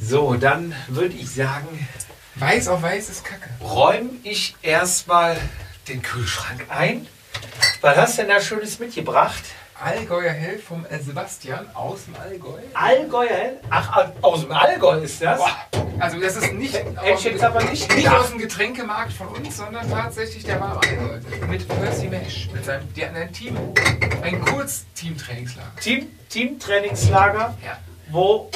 So, dann würde ich sagen, Weiß auf weiß ist Kacke. räume ich erstmal den Kühlschrank ein. Was hast du denn da Schönes mitgebracht? Allgäuer Hell vom äh, Sebastian aus dem Allgäu. Allgäu, ach, au- aus dem Allgäu ist das? Boah. Also das ist nicht, Hätte ich jetzt aber nicht nicht gedacht. aus dem Getränkemarkt von uns, sondern tatsächlich der war am Allgäu. Mit Percy Mesh, mit seinem, die hatten ein Team, ein Kurz-Team-Trainingslager. Team, Team-Trainingslager, Ja. wo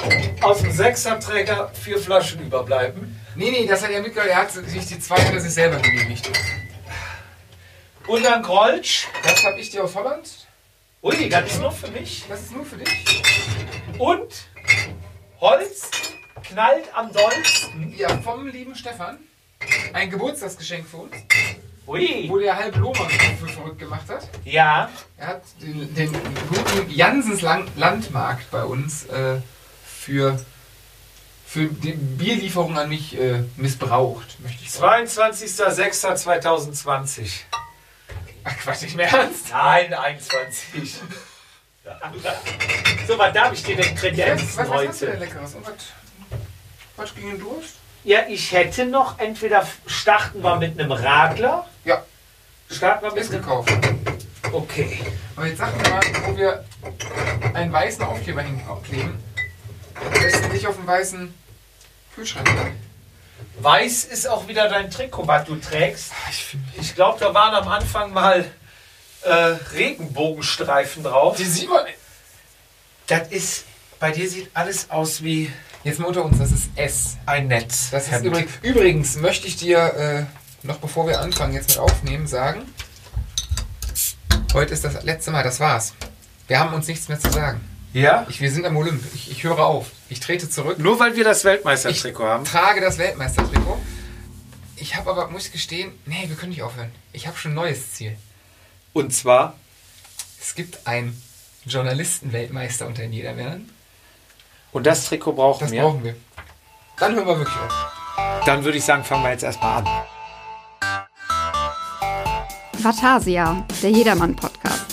aus dem Sechserträger vier Flaschen überbleiben. Nee, nee, das hat er mitgehört, er hat sich die zwei hat er sich selber genehmigt. Und dann Grolsch. Das hab ich dir aus Holland, Ui, das ist nur für mich. das ist nur für dich. Und Holz knallt am dollsten. Ja, vom lieben Stefan. Ein Geburtstagsgeschenk für uns, Ui. wo der halb Lohmann für verrückt gemacht hat. Ja. Er hat den, den guten Jansens Lang Landmarkt bei uns äh, für, für die Bierlieferung an mich äh, missbraucht, möchte ich sagen. 22.06.2020. Ach Quatsch, nicht mehr ernst? Nein, 21. so, was darf ich dir denn Was, kredenzen was hast du denn heute? Leckeres? Und was, was ging denn Durst? Ja, ich hätte noch, entweder starten wir mit einem Radler. Ja, Starten wir mit ist einem... gekauft. Okay. Aber jetzt sag mir mal, wo wir einen weißen Aufkleber hinkleben. Am besten nicht auf dem weißen Kühlschrank. Weiß ist auch wieder dein Trikot, was du trägst. Ich finde, Ich glaube, da waren am Anfang mal äh, Regenbogenstreifen drauf. die sieht man. Das ist, bei dir sieht alles aus wie Jetzt mal unter uns, das ist S. ein Netz. Das ist Hemd. übrig, übrigens möchte ich dir äh, noch bevor wir anfangen jetzt mit aufnehmen sagen, heute ist das letzte Mal, das war's. Wir haben uns nichts mehr zu sagen. Ja? Ich, wir sind am Olymp. Ich, ich höre auf. Ich trete zurück. Nur weil wir das Ich Weltmeistertrikot haben. trage das Weltmeistertrikot. Ich habe aber, muss ich gestehen, nee, wir können nicht aufhören. Ich habe schon ein neues Ziel. Und zwar Es gibt einen Journalisten-Weltmeister unter den Niedermännern. Und das Trikot brauchen Das wir. brauchen wir. Dann hören wir wirklich auf. Dann würde ich sagen, fangen wir jetzt erstmal an. Vatasia, der Jedermann-Podcast.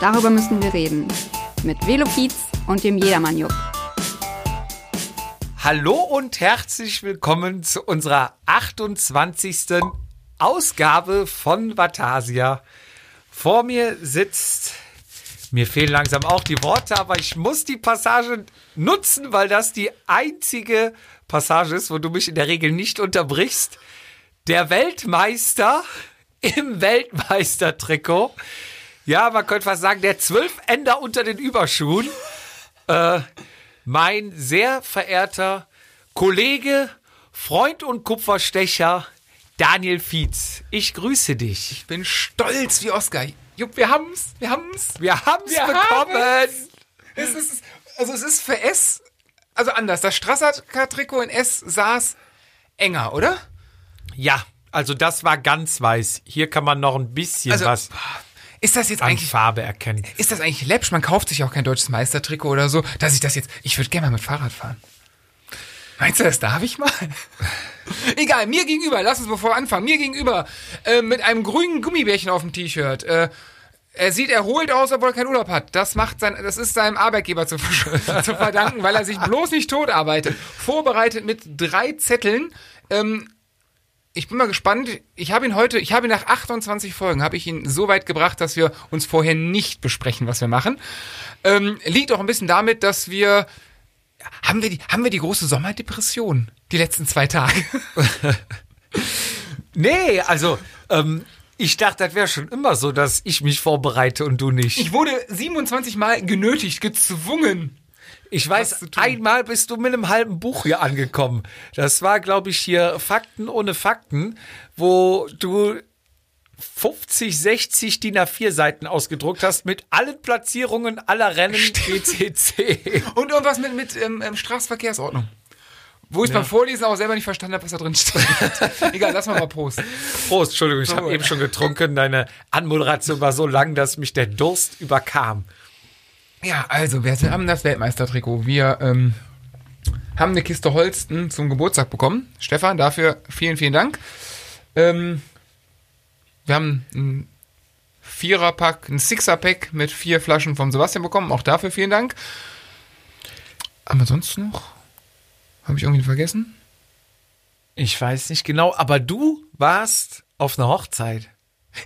Darüber müssen wir reden. Mit Velofiz und dem Jedermann-Jupp. Hallo und herzlich willkommen zu unserer 28. Ausgabe von Vatasia. Vor mir sitzt, mir fehlen langsam auch die Worte, aber ich muss die Passage nutzen, weil das die einzige Passage ist, wo du mich in der Regel nicht unterbrichst. Der Weltmeister im Weltmeistertrikot. Ja, man könnte fast sagen, der Zwölfender unter den Überschuhen. mein sehr verehrter Kollege, Freund und Kupferstecher Daniel Fietz. Ich grüße dich. Ich bin stolz wie Oscar. Jupp, wir haben's. Wir haben's. Wir haben's Wir bekommen. Es ist, also es ist für S, also anders. Das Strasser-Trikot in S saß enger, oder? Ja, also das war ganz weiß. Hier kann man noch ein bisschen Also, was Ist das jetzt an eigentlich, Farbe erkennen. ist das eigentlich läppsch? Man kauft sich auch kein deutsches Meistertrikot oder so, dass ich das jetzt, ich würde gerne mal mit Fahrrad fahren. Meinst du, das darf ich mal? Egal, mir gegenüber, lass uns bevor wir anfangen, mir gegenüber, äh, mit einem grünen Gummibärchen auf dem T-Shirt, äh, er sieht erholt aus, obwohl er keinen Urlaub hat. Das macht sein, das ist seinem Arbeitgeber zu, versch- zu verdanken, weil er sich bloß nicht tot arbeitet. Vorbereitet mit drei Zetteln. Ähm, ich bin mal gespannt. Ich habe ihn heute, ich habe ihn nach 28 Folgen, habe ich ihn so weit gebracht, dass wir uns vorher nicht besprechen, was wir machen. Ähm, liegt auch ein bisschen damit, dass wir haben wir die, haben wir die große Sommerdepression die letzten zwei Tage. Nee, also ähm, ich dachte, das wäre schon immer so, dass ich mich vorbereite und du nicht. Ich wurde 27 Mal genötigt, gezwungen. Ich was weiß, zu tun. einmal bist du mit einem halben Buch hier angekommen. Das war, glaube ich, hier Fakten ohne Fakten, wo du 50, 60 DIN A4 Seiten ausgedruckt hast mit allen Platzierungen aller Rennen GCC. Und irgendwas mit, mit ähm, ähm, Straßenverkehrsordnung. Wo ich beim Vorlesen auch selber nicht verstanden habe, was da drin steht. Egal, lass mal mal Prost. Prost, Entschuldigung, Oh ich habe eben schon getrunken. Deine Anmoderation war so lang, dass mich der Durst überkam. Ja, also, wir haben das Weltmeistertrikot. Wir ähm, haben eine Kiste Holsten zum Geburtstag bekommen. Stefan, dafür vielen, vielen Dank. Ähm, wir haben ein Viererpack, ein Sixerpack mit vier Flaschen vom Sebastian bekommen. Auch dafür vielen Dank. Aber sonst noch? Habe ich irgendwie vergessen? Ich weiß nicht genau, aber du warst auf einer Hochzeit.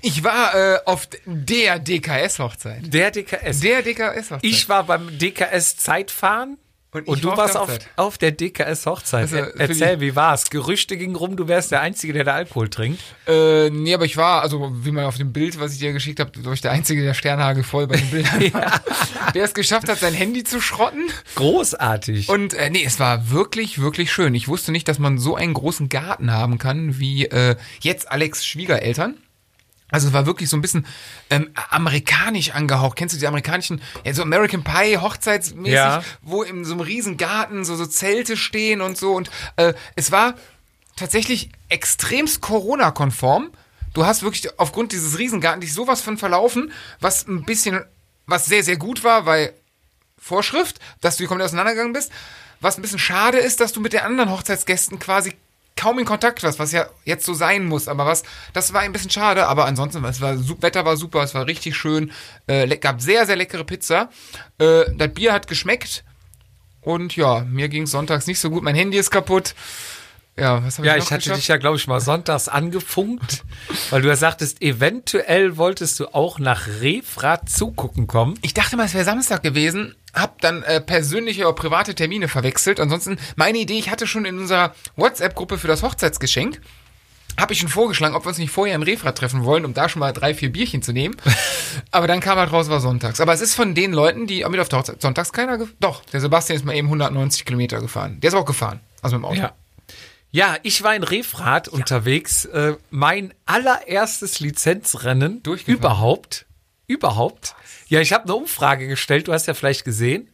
Ich war äh, auf der DKS-Hochzeit. Der DKS. Der DKS-Hochzeit. ich war beim DKS Zeitfahren. Und ich Und, du war warst auf der auf, Hochzeit. auf der DKS Hochzeit. Also, Er- für Erzähl, wie war's? Gerüchte gingen rum, du wärst der Einzige, der da Alkohol trinkt. Äh, nee, aber ich war, also wie man auf dem Bild, was ich dir geschickt habe, durch der Einzige, der Sternhagel voll bei den Bildern war, der es geschafft hat, sein Handy zu schrotten. Großartig. Und äh, nee, es war wirklich, wirklich schön. Ich wusste nicht, dass man so einen großen Garten haben kann wie äh, jetzt Alex Schwiegereltern. Also es war wirklich so ein bisschen ähm, amerikanisch angehaucht. Kennst du die amerikanischen, ja, so American Pie hochzeitsmäßig, Ja. wo in so einem riesen Garten so, so Zelte stehen und so. Und äh, es war tatsächlich extremst Corona-konform. Du hast wirklich aufgrund dieses Riesengarten dich sowas von verlaufen, was ein bisschen, was sehr, sehr gut war, weil Vorschrift, dass du komplett auseinandergegangen bist. Was ein bisschen schade ist, dass du mit den anderen Hochzeitsgästen quasi kaum in Kontakt warst, was ja jetzt so sein muss. Aber was, das war ein bisschen schade. Aber ansonsten, es war, sup- Wetter war super, es war richtig schön. Äh, le- gab sehr, sehr leckere Pizza. Äh, das Bier hat geschmeckt. Und ja, mir ging es sonntags nicht so gut. Mein Handy ist kaputt. Ja, was habe ja, ich noch ich hatte geschafft? dich ja, glaube ich, mal sonntags angefunkt, weil du ja sagtest, eventuell wolltest du auch nach Refrat zugucken kommen. Ich dachte mal, es wäre Samstag gewesen, hab dann äh, persönliche oder private Termine verwechselt. Ansonsten, meine Idee, ich hatte schon in unserer WhatsApp-Gruppe für das Hochzeitsgeschenk, habe ich schon vorgeschlagen, ob wir uns nicht vorher im Refrat treffen wollen, um da schon mal drei, vier Bierchen zu nehmen. Aber dann kam halt raus, war sonntags. Aber es ist von den Leuten, die mit auf der Hochzeit, sonntags keiner, ge- doch, der Sebastian ist mal eben 190 Kilometer gefahren. Der ist auch gefahren, also mit dem Auto. Ja. Ja, ich war in Refrat unterwegs. Äh, mein allererstes Lizenzrennen Durchgefahren. überhaupt. Überhaupt. Ja, ich habe eine Umfrage gestellt, du hast ja vielleicht gesehen.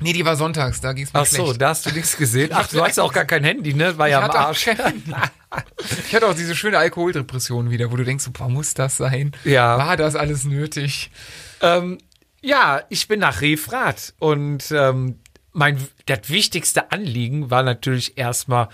Nee, die war sonntags, da ging's mir Ach schlecht. so, da hast du nichts gesehen. Ach, du hast ja auch gar kein Handy, ne? War ja am Ich hatte auch Arsch. kein- Ich hatte auch diese schöne Alkoholdepression wieder, wo du denkst, so, boah, muss das sein? Ja. War das alles nötig? Ähm, ja, ich bin nach Refrat und ähm, mein das wichtigste Anliegen war natürlich erstmal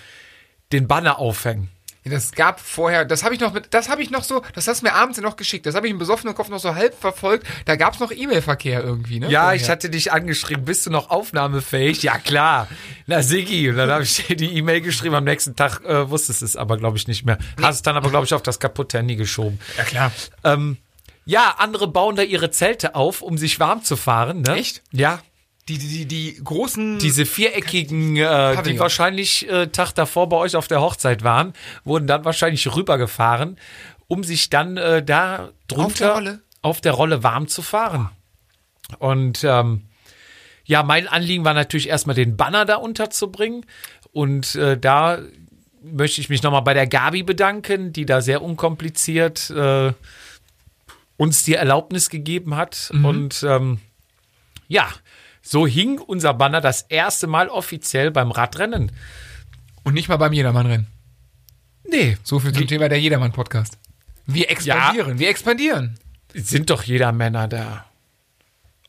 den Banner aufhängen. Ja, Das gab vorher, das habe ich noch mit, das habe ich noch so, das hast du mir abends noch geschickt, das habe ich im besoffenen Kopf noch so halb verfolgt, da gab es noch E-Mail-Verkehr irgendwie, ne? Ja, vorher. ich hatte dich angeschrieben, bist du noch aufnahmefähig? Ja, klar. Na, Siggi. Und dann habe ich dir die E-Mail geschrieben. Am nächsten Tag äh, wusstest du es aber, glaube ich, nicht mehr. Hast es dann aber, glaube ich, auf das kaputte Handy geschoben. Ja, klar. Ähm, ja, andere bauen da ihre Zelte auf, um sich warm zu fahren. Ne? Echt? Ja. Die, die, die, die großen. Diese viereckigen, äh, die Hm. Pavillon. wahrscheinlich äh, Tag davor bei euch auf der Hochzeit waren, wurden dann wahrscheinlich rübergefahren, um sich dann äh, da drunter der Rolle? auf der Rolle warm zu fahren. Und ähm, ja, mein Anliegen war natürlich erstmal den Banner da unterzubringen. Und äh, da möchte ich mich nochmal bei der Gabi bedanken, die da sehr unkompliziert äh, uns die Erlaubnis gegeben hat. Mhm. Und ähm, ja, so hing unser Banner das erste Mal offiziell beim Radrennen. und nicht mal beim Jedermann-Rennen. Nee, So viel zum Thema der Jedermann-Podcast. Wir expandieren, wir expandieren. sind doch jeder Männer da.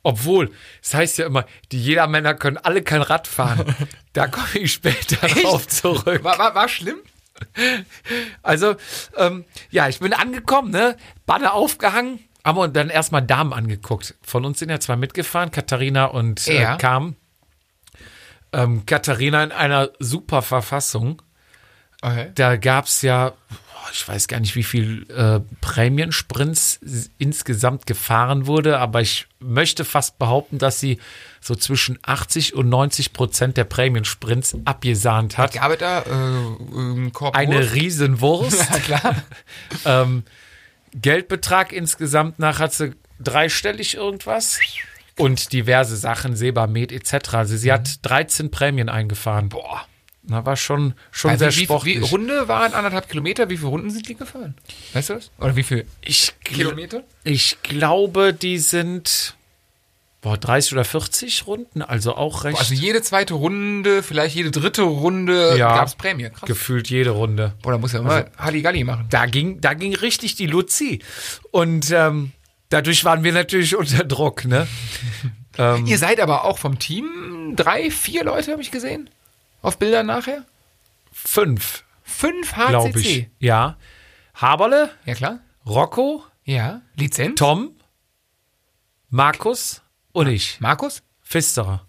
Obwohl, es heißt ja immer, die jeder Männer können alle kein Rad fahren. da komme ich später drauf zurück. War, war, war schlimm? Also, ähm, ja, ich bin angekommen, ne? Banner aufgehangen, haben wir dann erstmal Damen angeguckt. Von uns sind ja zwei mitgefahren, Katharina und äh, Ja. Kam. Ähm, Katharina in einer super Verfassung. Okay. Da gab es ja, boah, ich weiß gar nicht, wie viel äh, Prämiensprints s- insgesamt gefahren wurde, aber ich möchte fast behaupten, dass sie so zwischen 80 und 90 Prozent der Prämiensprints abgesahnt hat. Gab es da äh, ähm, Korb Eine Wurst? Riesenwurst. Ja, klar. Ähm, Geldbetrag insgesamt nach hat sie dreistellig irgendwas und diverse Sachen, Sebamed etc. Also Mhm. sie hat 13 Prämien eingefahren. Boah. Na, war schon, schon Also sehr wie, wie, sportlich. wie Runde waren anderthalb Kilometer, wie viele Runden sind die gefahren? Weißt du das? Oder wie viel? ich, gl- Kilometer? ich glaube, die sind boah, 30 oder 40 Runden, also auch recht Also jede zweite Runde, vielleicht jede dritte Runde Ja. gab es Prämie. Krass. gefühlt jede Runde. Oder muss ja immer also, Halligalli machen. Da ging, da ging richtig die Luzi. Und ähm, dadurch waren wir natürlich unter Druck, ne? ähm, Ihr seid aber auch vom Team drei, vier Leute, habe ich gesehen. Auf Bildern nachher. fünf. Fünf glaube HCC. ich. Ja. Haberle, Ja, klar. Rocco, Ja. Lizenz? Tom, Markus und ich. Markus? Fisterer.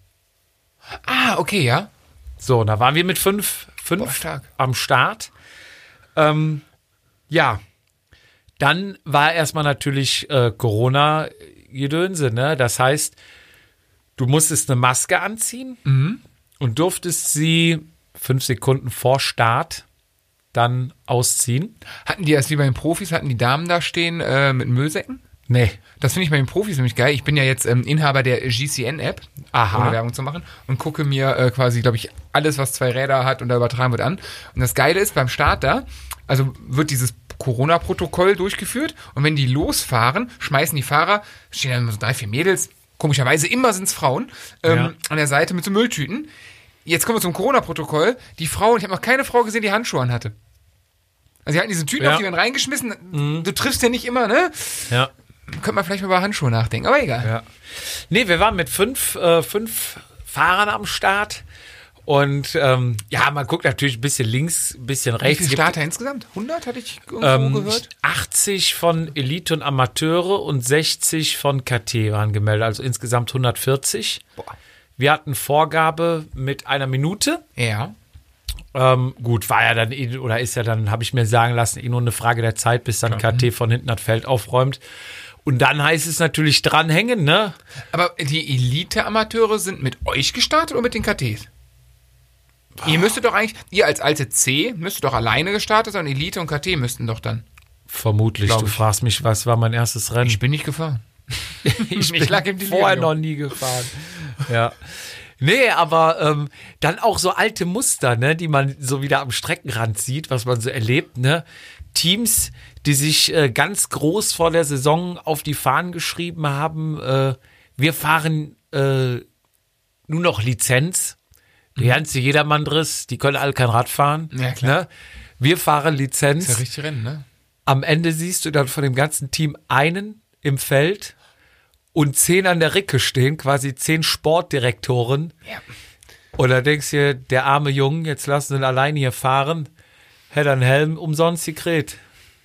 Ah, okay, ja. So, da waren wir mit fünf, fünf Boah, stark. am Start. Ähm, ja, dann war erstmal natürlich äh, Corona-Gedönse. Ne? Das heißt, du musstest eine Maske anziehen Mhm. und durftest sie fünf Sekunden vor Start dann ausziehen. Hatten die das wie bei den Profis, hatten die Damen da stehen äh, mit Müllsäcken? Nee. Das finde ich bei den Profis nämlich geil. Ich bin ja jetzt ähm, Inhaber der GCN-App, Aha. ohne Werbung zu machen, und gucke mir äh, quasi, glaube ich, alles, was zwei Räder hat und da übertragen wird, an. Und das Geile ist, beim Start da, also wird dieses Corona-Protokoll durchgeführt und wenn die losfahren, schmeißen die Fahrer, stehen da immer so drei, vier Mädels, komischerweise immer sind es Frauen, ähm, Ja. an der Seite mit so Mülltüten. Jetzt kommen wir zum Corona-Protokoll. Die Frauen, ich habe noch keine Frau gesehen, die Handschuhe an hatte. Also sie hatten diese Tüten, Ja. Mhm. auf die werden reingeschmissen. Du triffst ja nicht immer, ne? Ja. Könnte man vielleicht mal über Handschuhe nachdenken, aber egal. Ja. Nee, wir waren mit fünf, äh, fünf Fahrern am Start. Und ähm, ja, man guckt natürlich ein bisschen links, ein bisschen Wie rechts. viele Es gibt, Starter insgesamt? 100 hatte ich irgendwo ähm, gehört. 80 von Elite und Amateure und 60 von KT waren gemeldet, also insgesamt 140. Boah. Wir hatten Vorgabe mit einer Minute. Ja. Ähm, gut, war ja dann eh, oder ist ja dann, habe ich mir sagen lassen, eh nur eine Frage der Zeit, bis dann KT von hinten das Feld aufräumt. Und dann heißt es natürlich dranhängen, ne? Aber die Elite-Amateure sind mit euch gestartet oder mit den KTs? Ihr müsstet doch eigentlich, ihr als alte C müsstet doch alleine gestartet sein, Elite und KT müssten doch dann. Vermutlich. Glaub du ich. fragst mich, was war mein erstes Rennen? Ich bin nicht gefahren. Ich Ich bin lag im Delirium. vorher noch nie gefahren. ja. Nee, aber ähm, dann auch so alte Muster, ne, die man so wieder am Streckenrand sieht, was man so erlebt, ne? Teams, die sich äh, ganz groß vor der Saison auf die Fahnen geschrieben haben, äh, wir fahren äh, nur noch Lizenz. Die ganze Jedermann-Driss, die können alle kein Rad fahren. Ja, klar. Ne? Wir fahren Lizenz. Das ist ja richtig Rennen, ne? Am Ende siehst du dann von dem ganzen Team einen im Feld und zehn an der Ricke stehen, quasi zehn Sportdirektoren. Ja. Oder denkst du, der arme Junge, jetzt lassen wir ihn allein hier fahren, hätte einen Helm umsonst gekriegt.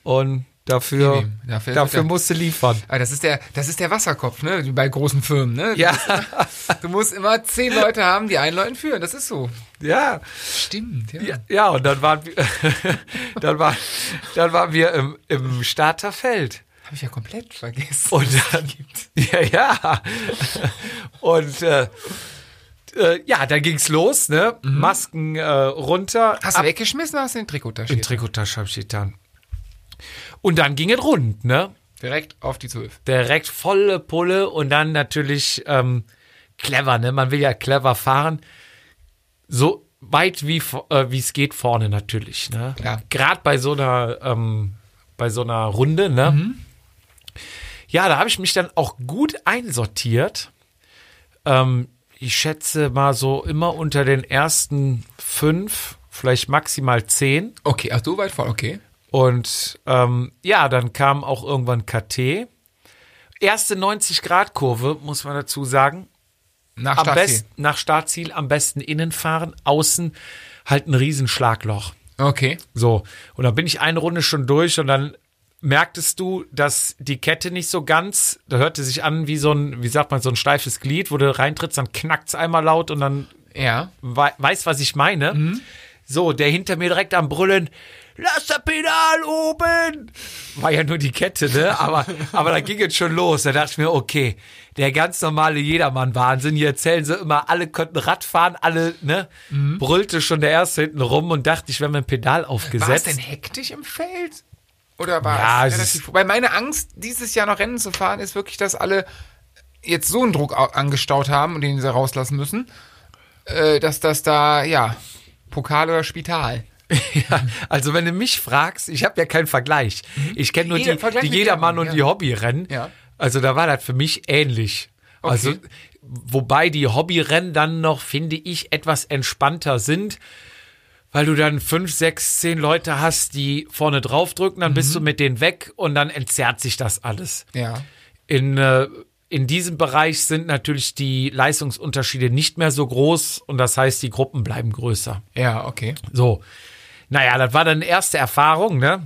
Und dafür, Nee, nee, dafür, dafür- dafür musst du liefern. Aber Ah, das ist der, das ist der Wasserkopf, ne? Wie Bei großen Firmen, ne? Ja, Du musst immer zehn Leute haben, die einen Leuten führen. Das ist so. ja. Stimmt, ja. Ja, ja, und dann waren wir, dann waren, dann waren wir im, im Starterfeld. Habe ich ja komplett vergessen. Und dann, ja, ja. Und äh, äh, ja, dann ging's los, ne? Masken äh, runter. Hast du weggeschmissen oder hast du den Trikottasche? In Trikottasche hab ich getan. Und dann ging es rund, ne? Direkt auf die 12. Direkt volle Pulle und dann natürlich ähm, clever, ne? Man will ja clever fahren. So weit wie vo- äh, wie es geht vorne natürlich, ne? Klar. Gerade bei so einer ähm, bei so einer Runde, ne? Ja, da habe ich mich dann auch gut einsortiert. Ähm, ich schätze mal so immer unter den ersten fünf, vielleicht maximal zehn. Okay, ach so weit vor, okay. Und ähm, ja, dann kam auch irgendwann KT. Erste 90-Grad-Kurve, muss man dazu sagen. Nach Am Start besten, nach Startziel am besten innen fahren, außen halt ein Riesenschlagloch. Okay. So, und dann bin ich eine Runde schon durch und dann merktest du, dass die Kette nicht so ganz, da hörte sich an wie so ein, wie sagt man, so ein steifes Glied, wo du reintrittst, dann knackt's einmal laut und dann Ja. wei weiß, was ich meine. So, der hinter mir direkt am Brüllen, lass das Pedal oben! War ja nur die Kette, ne? Aber, aber da ging es schon los. Da dachte ich mir, okay, der ganz normale Jedermann-Wahnsinn. Hier erzählen sie immer, alle könnten Rad fahren, alle, ne? Brüllte schon der Erste hinten rum und dachte, ich wäre mit dem Pedal War es denn aufgesetzt. hektisch im Feld? Oder war Ja, es es relativ ist- Wobei meine Angst, dieses Jahr noch Rennen zu fahren, ist wirklich, dass alle jetzt so einen Druck au- angestaut haben und den sie rauslassen müssen, äh, dass das da, ja, Pokal oder Spital. Ja, also wenn du mich fragst, ich habe ja keinen Vergleich. Ich kenne nur Mhm. Jeder- die, Vergleich die mit Jedermann Jedermann, und ja. die Hobbyrennen. Ja. Also da war das für mich ähnlich. Also Okay. wobei die Hobbyrennen dann noch, finde ich, etwas entspannter sind, weil du dann fünf, sechs, zehn Leute hast, die vorne drauf drücken, dann Mhm. bist du mit denen weg und dann entzerrt sich das alles. Ja. In, äh, in diesem Bereich sind natürlich die Leistungsunterschiede nicht mehr so groß und das heißt, die Gruppen bleiben größer. Ja, okay. So. Naja, das war dann erste Erfahrung, ne?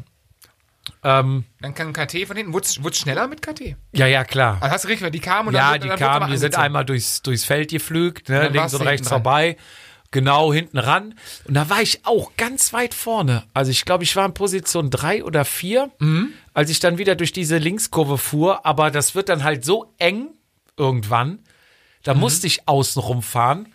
Ähm, Dann kann KT von hinten, wurde es schneller mit KT? ja, ja, klar. Also hast du richtig, weil die kamen und Ja, dann, die dann wurde kamen, mal die sind angezogen. einmal durchs, durchs Feld geflügt, ne? dann links warst du und rechts hinten dran. vorbei. genau hinten ran. Und da war ich auch ganz weit vorne. Also ich glaube, ich war in Position drei oder vier, Mhm. als ich dann wieder durch diese Linkskurve fuhr. Aber das wird dann halt so eng irgendwann. Da Mhm. musste ich außen rumfahren.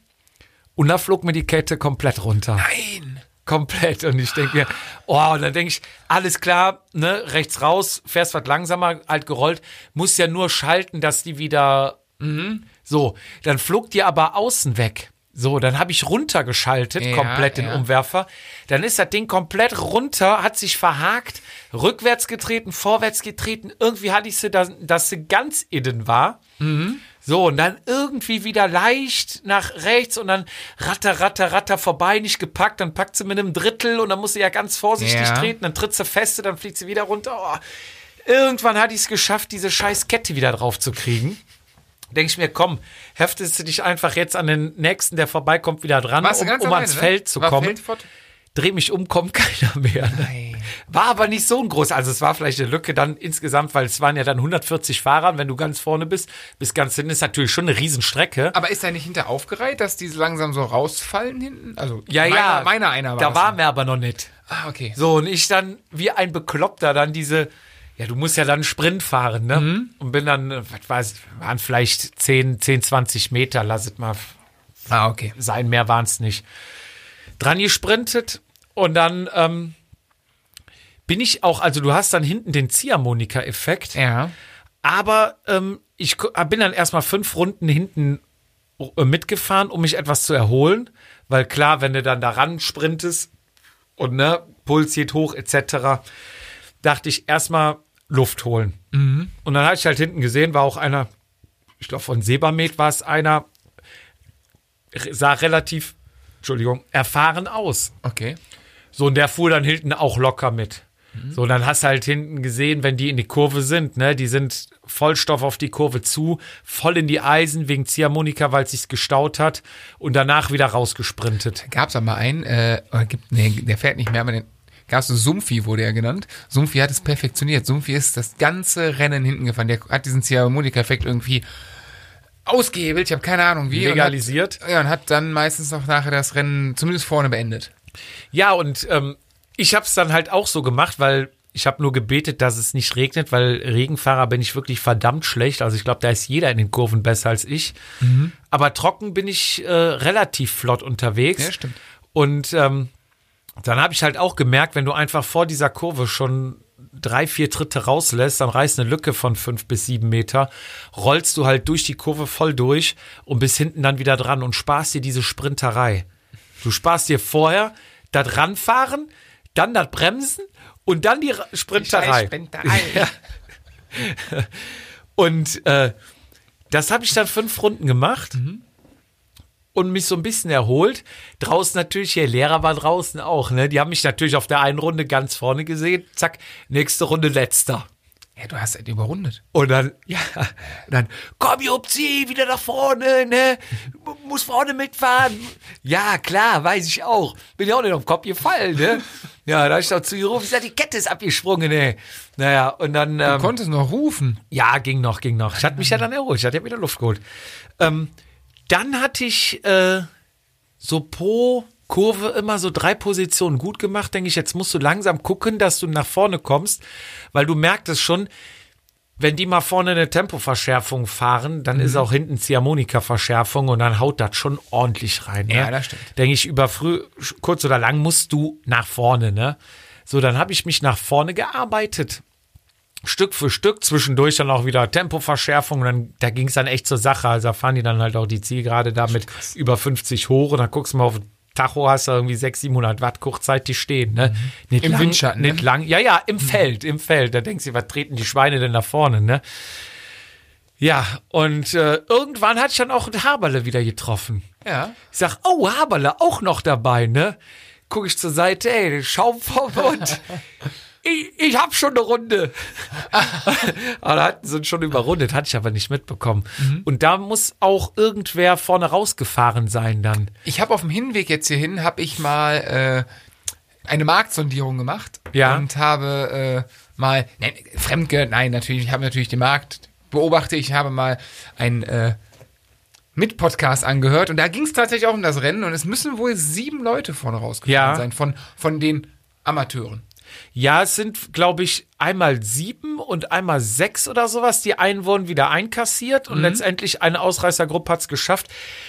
Und da flog mir die Kette komplett runter. Nein. Komplett. Und ich denke mir, oh, und dann denke ich, alles klar, ne, rechts raus, fährst was langsamer, halt gerollt, muss ja nur schalten, dass die wieder. mhm. So, dann flog die aber außen weg. So, dann habe ich runtergeschaltet, Ja, komplett den ja. Umwerfer. Dann ist das Ding komplett runter, hat sich verhakt, rückwärts getreten, vorwärts getreten. Irgendwie hatte ich sie, dass, dass sie ganz innen war. So, und dann irgendwie wieder leicht nach rechts und dann ratter, ratter, ratter vorbei, nicht gepackt, dann packt sie mit einem Drittel und dann muss sie ja ganz vorsichtig Ja. treten, dann tritt sie feste, dann fliegt sie wieder runter. Oh. Irgendwann hatte ich es geschafft, diese scheiß Kette wieder drauf zu kriegen. Denke ich mir, komm, heftest du dich einfach jetzt an den nächsten, der vorbeikommt, wieder dran, Warst um, du ganz um alleine, ans ne? Feld zu War kommen. Feldfort? Dreh mich um, kommt keiner mehr. Ne? Nein. War aber nicht so ein groß. Also es war vielleicht eine Lücke dann insgesamt, weil es waren ja dann 140 Fahrer. Und Wenn du ganz vorne bist, bis ganz hinten ist natürlich schon eine Riesenstrecke. Aber ist da nicht hinter aufgereiht, dass die langsam so rausfallen hinten? Also Ja, meiner, ja. meiner einer war. Da das. waren wir aber noch nicht. Ah, okay. So, und ich dann wie ein Bekloppter dann diese, ja, du musst ja dann Sprint fahren, ne? Mhm. Und bin dann, äh, was weiß ich, waren vielleicht 10, 10, 20 Meter, lass es mal Ah, okay. sein, mehr waren es nicht. Dran gesprintet und dann ähm, bin ich auch, also du hast dann hinten den Ziehharmonika-Effekt. Ja. Aber ähm, ich ko- bin dann erstmal fünf Runden hinten äh, mitgefahren, um mich etwas zu erholen. Weil klar, wenn du dann daran sprintest und ne, Puls geht hoch etc., dachte ich erstmal Luft holen. Und dann habe ich halt hinten gesehen, war auch einer, ich glaube von Sebamed war es einer, r- sah relativ, Entschuldigung, erfahren aus. Okay. So, und der fuhr dann hinten auch locker mit. Mhm. So, und dann hast du halt hinten gesehen, wenn die in die Kurve sind, ne, die sind Vollstoff auf die Kurve zu, voll in die Eisen wegen Ziehharmonika, weil es sich gestaut hat und danach wieder rausgesprintet. Gab's da mal einen, äh, oder gibt, nee, der fährt nicht mehr, aber den gab's so Sumpfi, wurde er genannt. Sumpfi hat es perfektioniert. Sumpfi ist das ganze Rennen hinten gefahren. Der hat diesen Ziehharmonika-Effekt irgendwie ausgehebelt. Ich habe keine Ahnung wie. Legalisiert. Und hat, ja, und hat dann meistens noch nachher das Rennen zumindest vorne beendet. Ja, und ähm, ich habe es dann halt auch so gemacht, weil ich habe nur gebetet, dass es nicht regnet, weil Regenfahrer bin ich wirklich verdammt schlecht. Also ich glaube, da ist jeder in den Kurven besser als ich. Mhm. Aber trocken bin ich äh, relativ flott unterwegs. Ja, stimmt. Und ähm, dann habe ich halt auch gemerkt, wenn du einfach vor dieser Kurve schon drei, vier Tritte rauslässt, dann reißt eine Lücke von fünf bis sieben Meter, rollst du halt durch die Kurve voll durch und bis hinten dann wieder dran und sparst dir diese Sprinterei. Du sparst dir vorher das Ranfahren, dann das Bremsen und dann die Ra- Sprinterei. Ja. Und äh, das habe ich dann fünf Runden gemacht und mich so ein bisschen erholt. Draußen natürlich, der Lehrer war draußen auch, ne? Die haben mich natürlich auf der einen Runde ganz vorne gesehen. Zack, nächste Runde letzter. ja, du hast ihn überrundet. Und dann, ja, und dann, komm, Jupsi, wieder nach vorne, ne? M- Muss vorne mitfahren. Ja, klar, weiß ich auch. Bin ja auch nicht auf den Kopf gefallen, ne? Ja, da hab ich noch zu ihr gerufen, ich sag, die Kette ist abgesprungen, ne? Naja, und dann. Du ähm, konntest noch rufen. ja, ging noch, ging noch. Ich hatte mich ja dann erholt, ich hatte ja wieder Luft geholt. Ähm, dann hatte ich äh, so pro Kurve immer so drei Positionen gut gemacht, denke ich, jetzt musst du langsam gucken, dass du nach vorne kommst, weil du merkst es schon, wenn die mal vorne eine Tempoverschärfung fahren, dann Mhm. ist auch hinten Ziehharmonika-Verschärfung und dann haut das schon ordentlich rein. Ne? Ja, das stimmt. Denke ich, über früh, sch- kurz oder lang musst du nach vorne, ne? So, dann habe ich mich nach vorne gearbeitet. Stück für Stück, zwischendurch dann auch wieder Tempoverschärfung. Und dann, da ging es dann echt zur Sache. Also da fahren die dann halt auch die Zielgerade da mit über 50 hoch und dann guckst du mal auf den Tacho, hast du irgendwie 600, 700 Watt kurzzeitig stehen. Ne? Nicht Mhm. Im lang, Windschatten, ne? Nicht lang. Ja, ja, im Feld, im Feld. Da denkst du, was treten die Schweine denn da vorne? Ne? Ja, und äh, irgendwann hatte ich dann auch einen Haberle wieder getroffen. Ja. Ich sag, oh, Haberle, auch noch dabei, ne? Guck ich zur Seite, ey, der Schaum vom Mund. Ich, ich hab schon eine Runde. aber da hatten sie ihn schon überrundet, hatte ich aber nicht mitbekommen. Und da muss auch irgendwer vorne rausgefahren sein dann. Ich habe auf dem Hinweg jetzt hierhin, habe ich mal äh, eine Marktsondierung gemacht Ja. und habe äh, mal, nein, Fremdge, nein, natürlich, ich habe natürlich den Markt beobachtet, ich habe mal ein äh, mit Podcast angehört und da ging es tatsächlich auch um das Rennen und es müssen wohl sieben Leute vorne rausgefahren Ja. sein von, von den Amateuren. Ja, es sind, glaube ich, einmal sieben und einmal sechs oder sowas. Die einen wurden wieder einkassiert und letztendlich eine Ausreißergruppe hat es geschafft.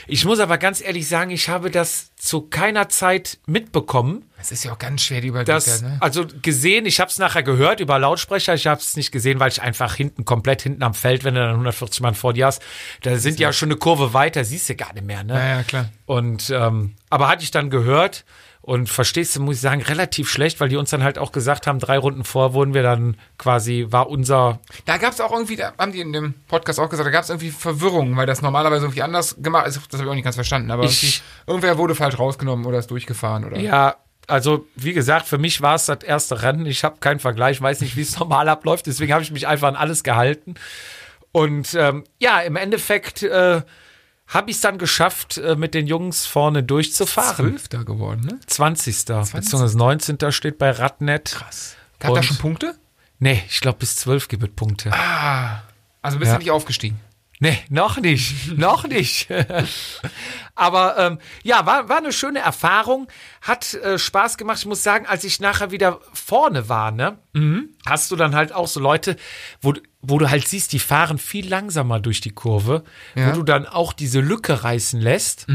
Ich muss aber ganz ehrlich sagen, ich habe das zu keiner Zeit mitbekommen. Es ist ja auch ganz schwer, die Überblick Das, da, ne? Also gesehen, ich habe es nachher gehört über Lautsprecher. Ich habe es nicht gesehen, weil ich einfach hinten, komplett hinten am Feld, wenn du dann 140 Mann vor dir hast, da sind ja schon eine Kurve weiter, siehst du gar nicht mehr. Ne? Ja, ja, klar. Und ähm, aber hatte ich dann gehört und verstehst du, muss ich sagen, relativ schlecht, weil die uns dann halt auch gesagt haben, drei Runden vor wurden wir dann quasi, war unser Da gab es auch irgendwie, da haben die in dem Podcast auch gesagt, da gab es irgendwie Verwirrung, weil das normalerweise irgendwie anders gemacht ist. Das habe ich auch nicht ganz verstanden, aber Ich- irgendwie, irgendwer wurde falsch rausgenommen oder ist durchgefahren oder. Ja, also wie gesagt, für mich war es das erste Rennen. Ich habe keinen Vergleich, weiß nicht, wie es normal abläuft. Deswegen habe ich mich einfach an alles gehalten. Und ähm, ja, im Endeffekt äh, habe ich es dann geschafft, äh, mit den Jungs vorne durchzufahren. Zwölfter geworden, ne? 20. 20. beziehungsweise 19. steht bei Radnet. Krass. Gab da schon Punkte? Nee, ich glaube, bis 12 gibt es Punkte. Also bist Ja. du nicht aufgestiegen. Nee, noch nicht, noch nicht. Aber ähm, ja, war, war eine schöne Erfahrung, hat äh, Spaß gemacht. Ich muss sagen, als ich nachher wieder vorne war, ne, hast du dann halt auch so Leute, wo, du- wo du halt siehst, die fahren viel langsamer durch die Kurve, Ja. wo du dann auch diese Lücke reißen lässt.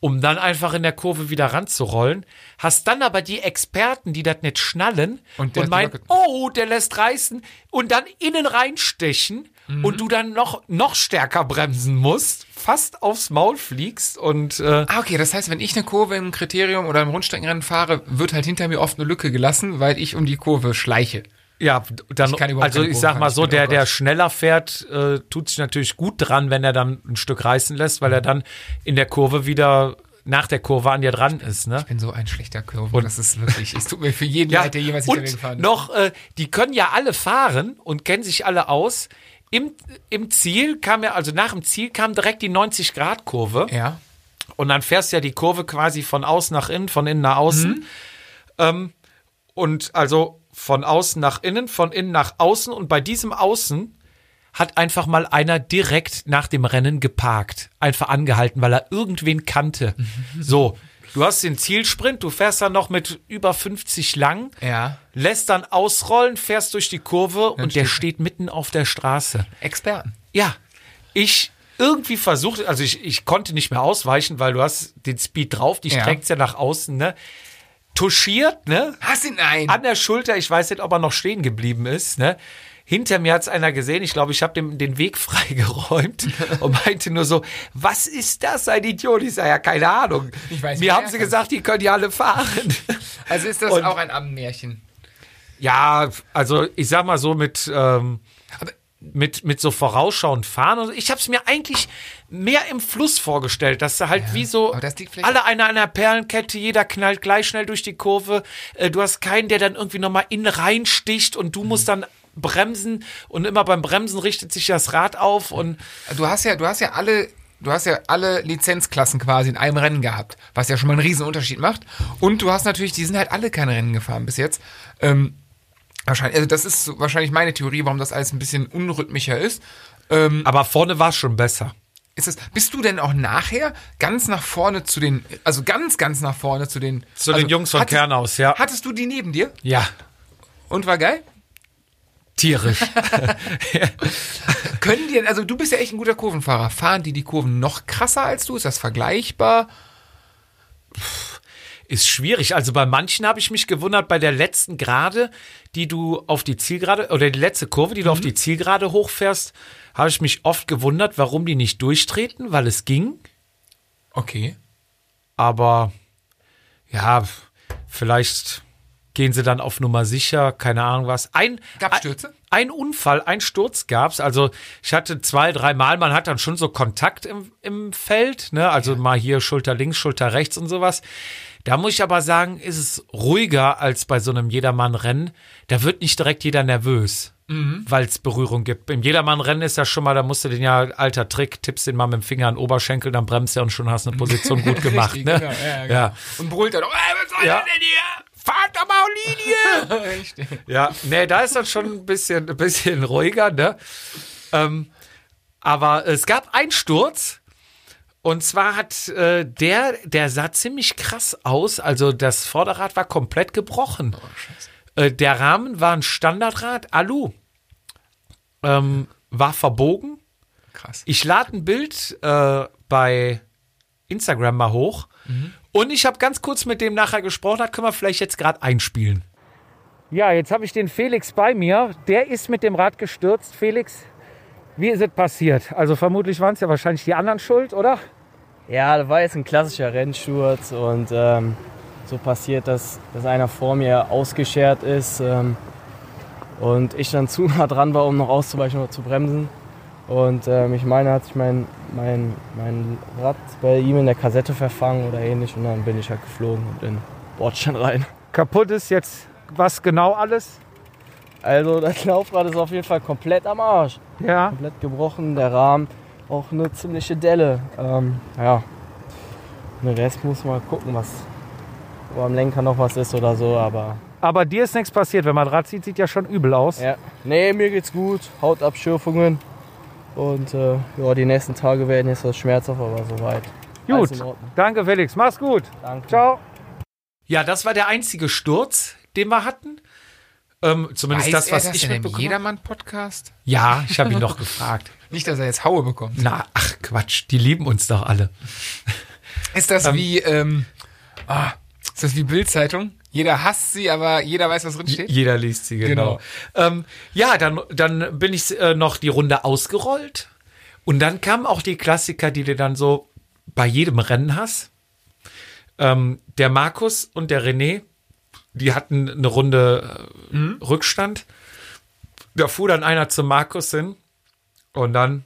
Um dann einfach in der Kurve wieder ranzurollen, hast dann aber die Experten, die das nicht schnallen und, Und der hat die meinen, Locke- oh, der lässt reißen und dann innen reinstechen Mhm. und du dann noch, noch stärker bremsen musst, fast aufs Maul fliegst und äh, Ah, okay, das heißt, wenn ich eine Kurve im Kriterium oder im Rundstreckenrennen fahre, wird halt hinter mir oft eine Lücke gelassen, weil ich um die Kurve schleiche. ja, dann, Ich kann überhaupt also keine ich Kurve sag fahren, mal ich so, bin der, auch der raus. schneller fährt, äh, tut sich natürlich gut dran, wenn er dann ein Stück reißen lässt, Mhm. weil er dann in der Kurve wieder nach der Kurve an dir dran ist, ne? Ich bin so ein schlechter Kurve. das ist wirklich. Es tut mir für jeden leid, der jemals hinter mir gefahren und ist. noch, äh, die können ja alle fahren und kennen sich alle aus. Im, Im Ziel kam ja, also nach dem Ziel kam direkt die 90-Grad-Kurve. Ja. Und dann fährst du ja die Kurve quasi von außen nach innen, von innen nach außen. Ähm, und also von außen nach innen, von innen nach außen. Und bei diesem Außen hat einfach mal einer direkt nach dem Rennen geparkt. Einfach angehalten, weil er irgendwen kannte. So, du hast den Zielsprint, du fährst dann noch mit über 50 lang. Ja. Lässt dann ausrollen, fährst durch die Kurve und der steht mitten auf der Straße. Experten. Ja, ich irgendwie versucht, also ich, ich konnte nicht mehr ausweichen, weil du hast den Speed drauf, die Ja. streckt's ja nach außen, ne? Touchiert, ne? Hast ihn ein. An der Schulter, ich weiß nicht, ob er noch stehen geblieben ist, ne? Hinter mir hat's einer gesehen, ich glaube, ich habe dem den Weg freigeräumt und meinte nur so, was ist das, ein Idiot? Ich sage, ja, keine Ahnung. Ich weiß, mir wer haben er sie kann. gesagt, die können ja alle fahren. Also ist das Und- auch ein Ammenmärchen. Ja, also ich sag mal so mit, ähm, Aber- mit, mit so vorausschauend fahren. Und so. ich habe es mir eigentlich mehr im Fluss vorgestellt, dass da halt wie so aber das liegt vielleicht- alle einer an einer Perlenkette, jeder knallt gleich schnell durch die Kurve. Äh, du hast keinen, der dann irgendwie nochmal innen reinsticht und du Mhm. musst dann bremsen und immer beim Bremsen richtet sich das Rad auf und Du hast ja, du hast ja alle, du hast ja alle Lizenzklassen quasi in einem Rennen gehabt, was ja schon mal einen riesen Unterschied macht. Und du hast natürlich, die sind halt alle keine Rennen gefahren bis jetzt. Ähm, wahrscheinlich, also das ist so wahrscheinlich meine Theorie, warum das alles ein bisschen unrhythmischer ist. Ähm, aber vorne war es schon besser. ist das, bist du denn auch nachher ganz nach vorne zu den, also ganz, ganz nach vorne zu den, Zu also den Jungs von hattest, Kernhaus, ja. Hattest du die neben dir Ja, und war geil? tierisch. Können die denn, also du bist ja echt ein guter Kurvenfahrer. Fahren die die Kurven noch krasser als du? Ist das vergleichbar? Ist schwierig. Also bei manchen habe ich mich gewundert, bei der letzten Gerade, die du auf die Zielgerade, oder die letzte Kurve, die du auf die Zielgerade hochfährst, habe ich mich oft gewundert, warum die nicht durchtreten, weil es ging. Okay. Aber ja, vielleicht gehen sie dann auf Nummer sicher, keine Ahnung was. Ein, Gab's Stürze? Ein, ein Unfall, ein Sturz gab's. Also ich hatte zwei, dreimal, man hat dann schon so Kontakt im, im Feld, ne? Also mal hier Schulter links, Schulter rechts und sowas. Da muss ich aber sagen, ist es ruhiger als bei so einem Jedermann-Rennen. Da wird nicht direkt jeder nervös, Mhm. weil es Berührung gibt. Im Jedermann-Rennen ist das schon mal, da musst du den ja, alter Trick, tippst den mal mit dem Finger an den Oberschenkel, dann bremst er und schon hast du eine Position gut gemacht. Richtig, ne? genau, ja, genau. ja. Und brüllt dann, auch, ey, was soll Ja. denn hier? Fahrt doch mal Linie! Richtig. Ja, nee, da ist dann schon ein bisschen, ein bisschen ruhiger, ne? Ähm, aber es gab einen Sturz Und zwar hat äh, der, der sah ziemlich krass aus. Also das Vorderrad war komplett gebrochen. Oh, äh, der Rahmen war ein Standardrad, Alu. Ähm, war verbogen. Krass. Ich lade ein Bild äh, bei Instagram mal hoch. Und ich habe ganz kurz mit dem nachher gesprochen, da können wir vielleicht jetzt gerade einspielen. Ja, jetzt habe ich den Felix bei mir. Der ist mit dem Rad gestürzt. Felix, wie ist es passiert? Also vermutlich waren es ja wahrscheinlich die anderen schuld, oder? Ja, das war jetzt ein klassischer Rennsturz und ähm, so passiert, dass, dass einer vor mir ausgeschert ist ähm, und ich dann zu nah dran war, um noch auszuweichen oder zu bremsen. Und ähm, ich meine, hat sich mein, mein, mein Rad bei ihm in der Kassette verfangen oder ähnlich und dann bin ich halt geflogen und in den Bordstein rein. Kaputt ist jetzt was genau alles? Also das Laufrad ist auf jeden Fall komplett am Arsch. Ja. komplett gebrochen, der Rahmen auch eine ziemliche Delle. Ähm, ja, den Rest muss man gucken, was wo am Lenker noch was ist oder so, aber Aber dir ist nichts passiert. Wenn man Rad sieht, sieht ja schon übel aus. ja. Nee, mir geht's gut, Hautabschürfungen und äh, ja, die nächsten Tage werden jetzt was schmerzhaft, aber soweit. Alles in Gut. Ordnung. Danke, Felix. Mach's gut. Danke. Ciao. Ja, das war der einzige Sturz, den wir hatten. Ähm, zumindest Weiß das, was er das ich in einem mitbekommen habe. Jedermann-Podcast? Ja, ich habe ihn noch gefragt. Nicht, dass er jetzt Haue bekommt. Na, ach Quatsch, die lieben uns doch alle. Ist das wie, ähm, ah, ist das wie Bildzeitung? Jeder hasst sie, aber jeder weiß, was drin steht? Jeder liest sie, genau. Ähm, ja, dann, dann bin ich äh, noch die Runde ausgerollt. Und dann kamen auch die Klassiker, die du dann so bei jedem Rennen hast. Ähm, der Markus und der René, die hatten eine Runde äh, Rückstand. Da fuhr dann einer zu Markus hin und dann,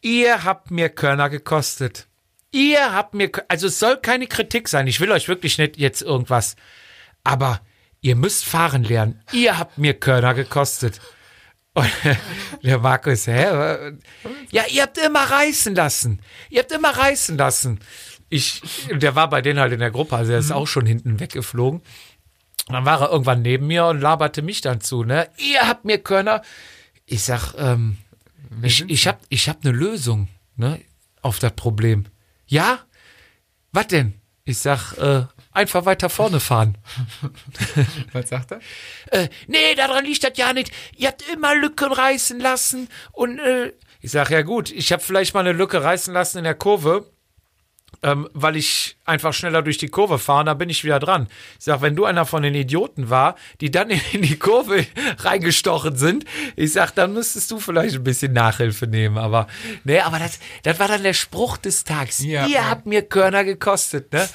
ihr habt mir Körner gekostet. Ihr habt mir, Kö- also es soll keine Kritik sein. Ich will euch wirklich nicht jetzt irgendwas aber ihr müsst fahren lernen. Ihr habt mir Körner gekostet. Und der Markus, hä? Ja, ihr habt immer reißen lassen. Ihr habt immer reißen lassen. Ich, der war bei denen halt in der Gruppe, also er ist auch schon hinten weggeflogen. Und dann war er irgendwann neben mir und laberte mich dann zu, ne? Ihr habt mir Körner. Ich sag, ähm, ich, ich hab, ich hab eine Lösung, ne? Auf das Problem. Ja? Was denn? Ich sag, äh, einfach weiter vorne fahren. Was sagt er? äh, nee, daran liegt das ja nicht. Ihr habt immer Lücken reißen lassen und äh, ich sag ja gut, ich habe vielleicht mal eine Lücke reißen lassen in der Kurve, ähm, weil ich einfach schneller durch die Kurve fahre, und da bin ich wieder dran. Ich sag, wenn du einer von den Idioten war, die dann in die Kurve reingestochen sind, ich sag, dann müsstest du vielleicht ein bisschen Nachhilfe nehmen, aber nee, aber das, das war dann der Spruch des Tages. Ja. Ihr habt mir Körner gekostet, ne?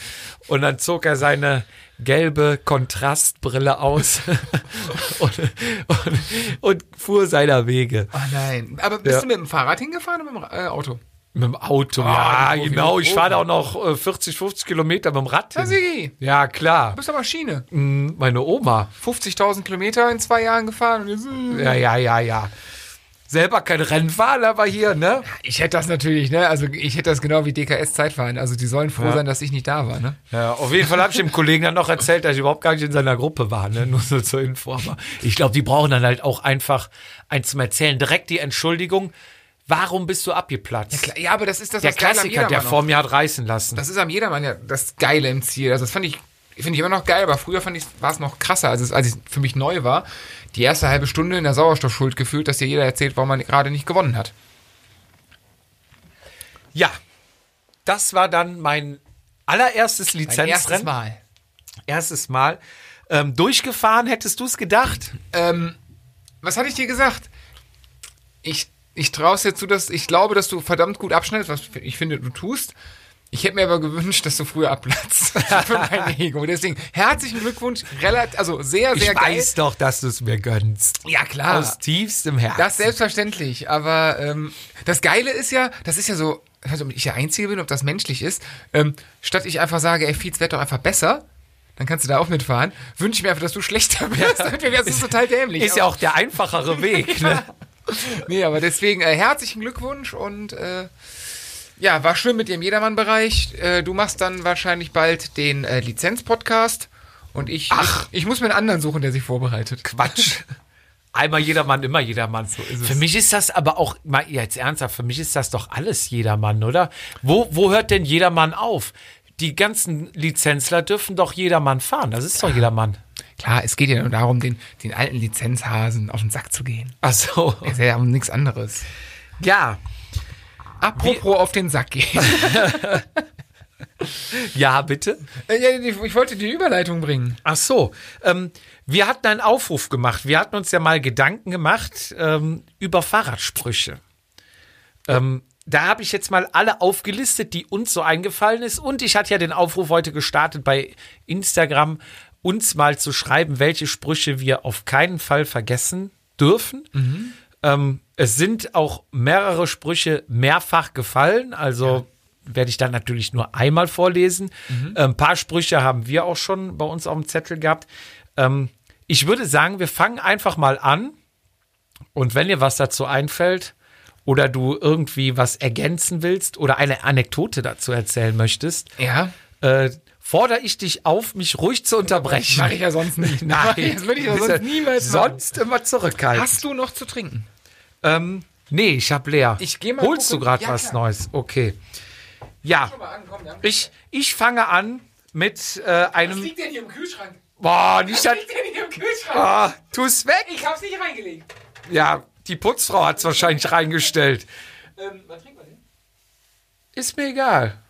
Und dann zog er seine gelbe Kontrastbrille aus und, und, und fuhr seiner Wege. Oh nein. Aber bist Ja. du mit dem Fahrrad hingefahren oder mit dem Ra- äh, Auto? Mit dem Auto, Ah, ja, die Profi, genau. die Ich Profi. fahre da auch noch äh, 40, 50 Kilometer mit dem Rad Ja, hin. Sigi, Ja, klar. du bist aber Schiene. Mhm, Meine Oma. 50.000 Kilometer in zwei Jahren gefahren. Und jetzt, äh. Ja, ja, ja, ja. Selber kein Rennfahrer, aber hier, ne? Ich hätte das natürlich, ne? Also ich hätte das genau wie DKS Zeitfahren. Also die sollen froh Ja. sein, dass ich nicht da war, ne? Ja, auf jeden Fall habe ich dem Kollegen dann noch erzählt, dass ich überhaupt gar nicht in seiner Gruppe war, ne? nur so zur Info. Aber ich glaube, die brauchen dann halt auch einfach eins zum Erzählen. Direkt die Entschuldigung, warum bist du abgeplatzt? Klar, Ja, aber das ist das, der was Geile am Klassiker, der Jedermann vor mir hat reißen lassen. Das ist am Jedermann ja das Geile im Ziel. Also das fand ich, finde ich immer noch geil, aber früher fand ich, war es noch krasser. Also es- als es für mich neu war, die erste halbe Stunde in der Sauerstoffschuld gefühlt, dass dir jeder erzählt, warum man gerade nicht gewonnen hat. ja, das war dann mein allererstes Mein erstes Lizenzrennen. Mal. Erstes Mal. Ähm, durchgefahren, hättest du es gedacht? Ähm, was hatte ich dir gesagt? Ich, ich traue es dir zu, dass ich glaube, dass du verdammt gut abschneidest, was ich finde, du tust. Ich hätte mir aber gewünscht, dass du früher abplatzt für mein Ego. Deswegen herzlichen Glückwunsch, relativ, also sehr, Ich sehr geil. weiß doch, dass du es mir gönnst. Ja klar. Aus tiefstem Herzen. Das selbstverständlich, aber ähm, das Geile ist ja, das ist ja so, ich weiß nicht, ob ich der Einzige bin, ob das menschlich ist, ähm, statt ich einfach sage, ey, Fietz, werd doch einfach besser, dann kannst du da auch mitfahren, wünsche ich mir einfach, dass du schlechter wirst. Das ist total dämlich. ist ja auch der einfachere Weg. Ne? Nee, aber deswegen äh, herzlichen Glückwunsch und äh, ja, war schön mit dir im Jedermann-Bereich. Äh, du machst dann wahrscheinlich bald den äh, Lizenz-Podcast und ich, Ach. ich, ich muss mir einen anderen suchen, der sich vorbereitet. Quatsch. Einmal jedermann, immer jedermann. So ist es. Für mich ist das aber auch, mal jetzt ernsthaft, für mich ist das doch alles jedermann, oder? Wo, wo hört denn jedermann auf? Die ganzen Lizenzler dürfen doch jedermann fahren. Das ist doch jedermann. Klar, es geht ja nur darum, den, den alten Lizenzhasen auf den Sack zu gehen. Ach so. Es ist ja um nichts anderes. Ja. Apropos auf den Sack gehen. Ja, bitte. Äh, ja, ich, ich wollte die Überleitung bringen. Ach so, ähm, wir hatten einen Aufruf gemacht. Wir hatten uns ja mal Gedanken gemacht ähm, über Fahrradsprüche. Ähm, da habe ich jetzt mal alle aufgelistet, die uns so eingefallen ist. Und ich hatte ja den Aufruf heute gestartet bei Instagram, uns mal zu schreiben, welche Sprüche wir auf keinen Fall vergessen dürfen. Ähm, es sind auch mehrere Sprüche mehrfach gefallen. Also werde ich dann natürlich nur einmal vorlesen. Mhm. Äh, ein paar Sprüche haben wir auch schon bei uns auf dem Zettel gehabt. Ähm, ich würde sagen, wir fangen einfach mal an. Und wenn dir was dazu einfällt oder du irgendwie was ergänzen willst oder eine Anekdote dazu erzählen möchtest, Ja. äh, fordere ich dich auf, mich ruhig zu unterbrechen. Mache ich ja sonst nicht. Nein, Das würde ich ja sonst niemals machen. Sonst immer zurückhalten. Hast du noch zu trinken? Ähm, nee, ich hab leer. Ich geh mal Holst gucken. du gerade Ja, was klar. Neues? Okay. Ja, ich, ich fange an mit äh, einem. denn hier im Kühlschrank? Boah, nicht an. denn hier im Kühlschrank? Ah, tu's weg! Ich hab's nicht reingelegt. Ja, die Putzfrau hat's wahrscheinlich reingestellt. Ähm, was trinken wir denn? Ist mir egal.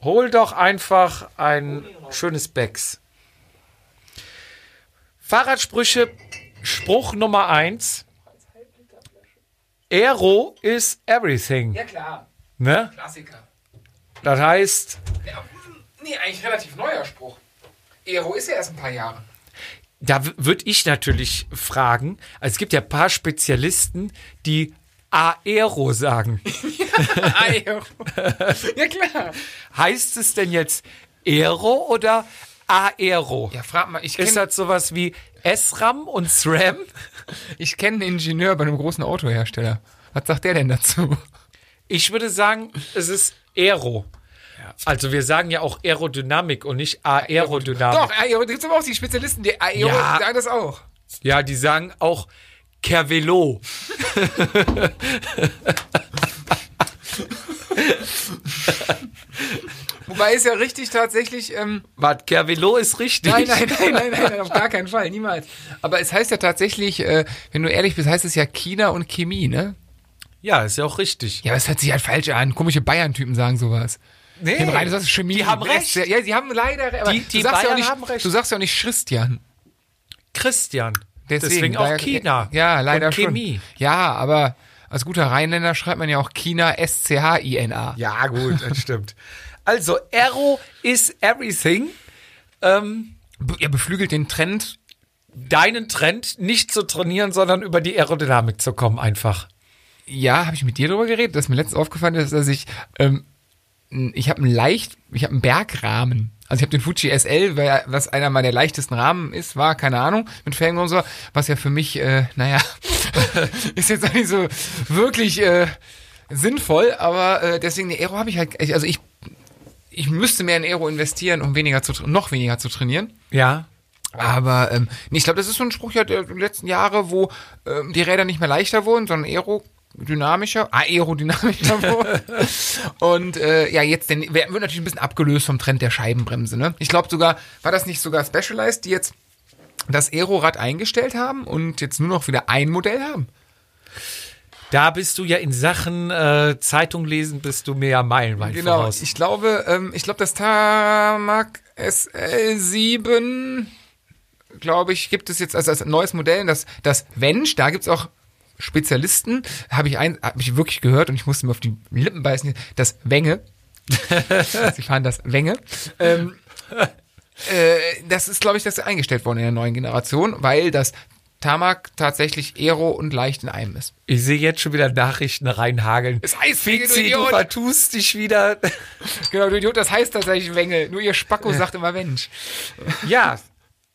Hol doch einfach ein schönes Becks. Fahrradsprüche, Spruch Nummer eins. Aero is everything. Ja, klar. Ne? Klassiker. Das heißt, Ja, hm, nee, eigentlich relativ neuer Spruch. Ero ist ja erst ein paar Jahre. Da würde ich natürlich fragen, also es gibt ja ein paar Spezialisten, die Aero sagen. Ero. ja, klar. Heißt es denn jetzt Aero oder Aero? Ja, frag mal, ich Ist kenne das sowas wie SRAM und SRAM? kenn einen Ingenieur bei einem großen Autohersteller. Was sagt der denn dazu? Ich würde sagen, es ist Aero. Also wir sagen ja auch Aerodynamik und nicht Aerodynamik. Doch, Aero, da gibt's aber auch die Spezialisten, die Aero Ja. sagen das auch. Ja, die sagen auch Cervelo. Wobei ist ja richtig tatsächlich, ähm, Was, Cervelo ist richtig. nein, nein, nein, nein, nein, nein, auf gar keinen Fall, niemals. Aber es heißt ja tatsächlich, äh, wenn du ehrlich bist, heißt es ja China und Chemie, ne? Ja, ist ja auch richtig. Ja, aber es hört sich halt falsch an. Komische Bayern-Typen sagen sowas. Nee, Im Rhein ist das Chemie. die haben recht. Ja, ja, die haben leider recht. aber Die- die du sagst ja auch Bayern nicht, haben recht. Du sagst ja auch nicht Christian. Christian. Deswegen, Deswegen, auch leider- China. Ja, leider und Chemie. schon. Ja, aber als guter Rheinländer schreibt man ja auch China S-C-H-I-N-A. Ja, gut, das stimmt. Also, Aero is everything. Ähm, Be- Er beflügelt den Trend. deinen Trend nicht zu trainieren, sondern über die Aerodynamik zu kommen, einfach. Ja, habe ich mit dir darüber geredet, dass mir letztens aufgefallen ist, dass ich, ähm, n- ich habe einen leicht, ich habe einen Bergrahmen. Also ich habe den Fuji SL, weil- was einer meiner leichtesten Rahmen ist, war, keine Ahnung, mit Felgen und so, was ja für mich, äh, naja, ist jetzt auch nicht so wirklich äh, sinnvoll, aber äh, deswegen, eine Aero habe ich halt, ich- also ich, ich müsste mehr in Aero investieren, um weniger zu, tra- noch weniger zu trainieren. Ja. Aber ähm, nee, ich glaube, das ist so ein Spruch ja der der letzten Jahre, wo ähm, die Räder nicht mehr leichter wurden, sondern aerodynamischer, aerodynamischer wurden. Und äh, ja, jetzt denn, wird natürlich ein bisschen abgelöst vom Trend der Scheibenbremse. Ne? Ich glaube sogar, war das nicht sogar Specialized, die jetzt das Aerorad eingestellt haben und jetzt nur noch wieder ein Modell haben? Da bist du ja in Sachen äh, Zeitung lesen, bist du mir ja meilenweit Genau, voraus. ich glaube, ähm, ich glaube, das Tamak SL7, glaube ich, gibt es jetzt als, als neues Modell, das, das Wensch, da gibt es auch Spezialisten, habe ich, ein- hab ich wirklich gehört und ich musste mir auf die Lippen beißen, das Wenge, sie fahren das Wenge, ähm, äh, das ist, glaube ich, das eingestellt worden in der neuen Generation, weil das Tamak tatsächlich aero und leicht in einem ist. ich sehe jetzt schon wieder Nachrichten reinhageln. Ist Eisfegel, du Fizi, du Idiot. vertust dich wieder. Genau, du Idiot, das heißt tatsächlich Wenge, nur ihr Spacko sagt immer Mensch. ja,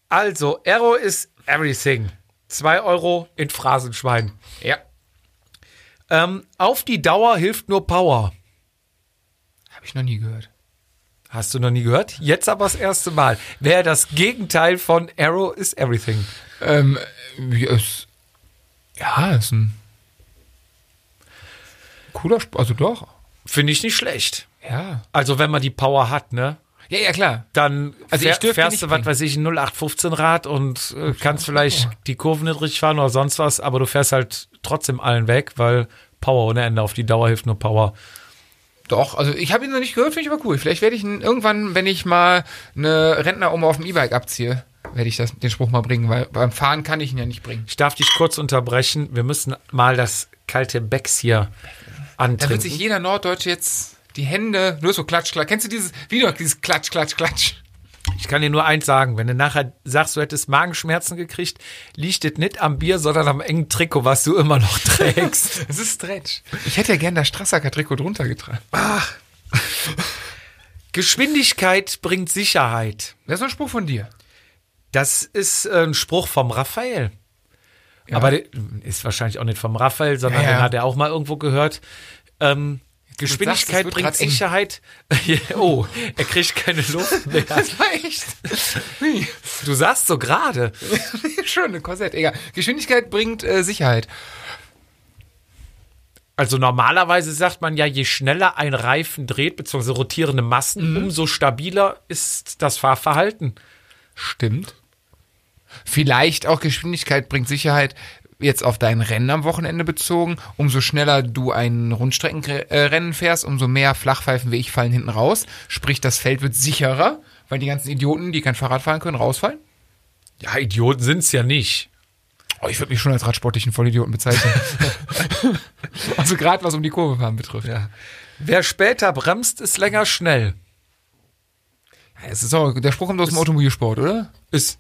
also, Aero is everything. Zwei Euro in Phrasenschwein. Ja. Ähm, auf die Dauer hilft nur Power. Habe ich noch nie gehört. Hast du noch nie gehört? Jetzt aber das erste Mal. Wäre das Gegenteil von Arrow is everything. Ähm, ja, es Ja, ist ein cooler Sport. Also doch. Finde ich nicht schlecht. Ja. Also wenn man die Power hat, ne? Ja, ja, klar. Dann Also fähr, ich dürfte fährst nicht du, was bringen. weiß ich, ein 0815 Rad und äh, kannst vielleicht die Kurven nicht richtig fahren oder sonst was, aber du fährst halt trotzdem allen weg, weil Power ohne Ende auf die Dauer hilft nur Power. Doch, also ich habe ihn noch nicht gehört, finde ich aber cool. Vielleicht werde ich ihn irgendwann, wenn ich mal eine Rentneroma auf dem E-Bike abziehe, werde ich das, den Spruch mal bringen, weil beim Fahren kann ich ihn ja nicht bringen. Ich darf dich kurz unterbrechen. Wir müssen mal das kalte Becks hier Da wird antrinken. sich jeder Norddeutsche jetzt die Hände nur so klatsch, klatsch. Kennst du dieses Video, dieses Klatsch, klatsch, klatsch? Ich kann dir nur eins sagen, wenn du nachher sagst, du hättest Magenschmerzen gekriegt, liegt es nicht am Bier, sondern am engen Trikot, was du immer noch trägst. Es ist Stretch. Ich hätte ja gern das Strassacker-Trikot drunter getragen. Geschwindigkeit bringt Sicherheit. Das ist noch ein Spruch von dir. Das ist äh, ein Spruch vom Raphael. Aber der ist wahrscheinlich auch nicht vom Raphael, sondern Ja, ja. den hat er auch mal irgendwo gehört. Ähm, du sagst, es Geschwindigkeit wird bringt grad eng. Sicherheit. oh, er kriegt keine Luft mehr. Das war echt. Du sagst so gerade. Schöne Korsett, egal. Geschwindigkeit bringt äh, Sicherheit. Also normalerweise sagt man ja, je schneller ein Reifen dreht, beziehungsweise rotierende Mhm. Massen, umso stabiler ist das Fahrverhalten. Stimmt. Vielleicht auch Geschwindigkeit bringt Sicherheit jetzt auf dein Rennen am Wochenende bezogen. Umso schneller du ein Rundstreckenrennen fährst, umso mehr Flachpfeifen wie ich fallen hinten raus. Sprich, das Feld wird sicherer, weil die ganzen Idioten, die kein Fahrrad fahren können, rausfallen. Ja, Idioten sind es ja nicht. Oh, ich würde mich schon als radsportlichen Vollidioten bezeichnen. also gerade was um die Kurve fahren betrifft. Ja. Wer später bremst, ist länger schnell. Es ist auch, der Spruch kommt aus dem Automobilsport, oder? Ist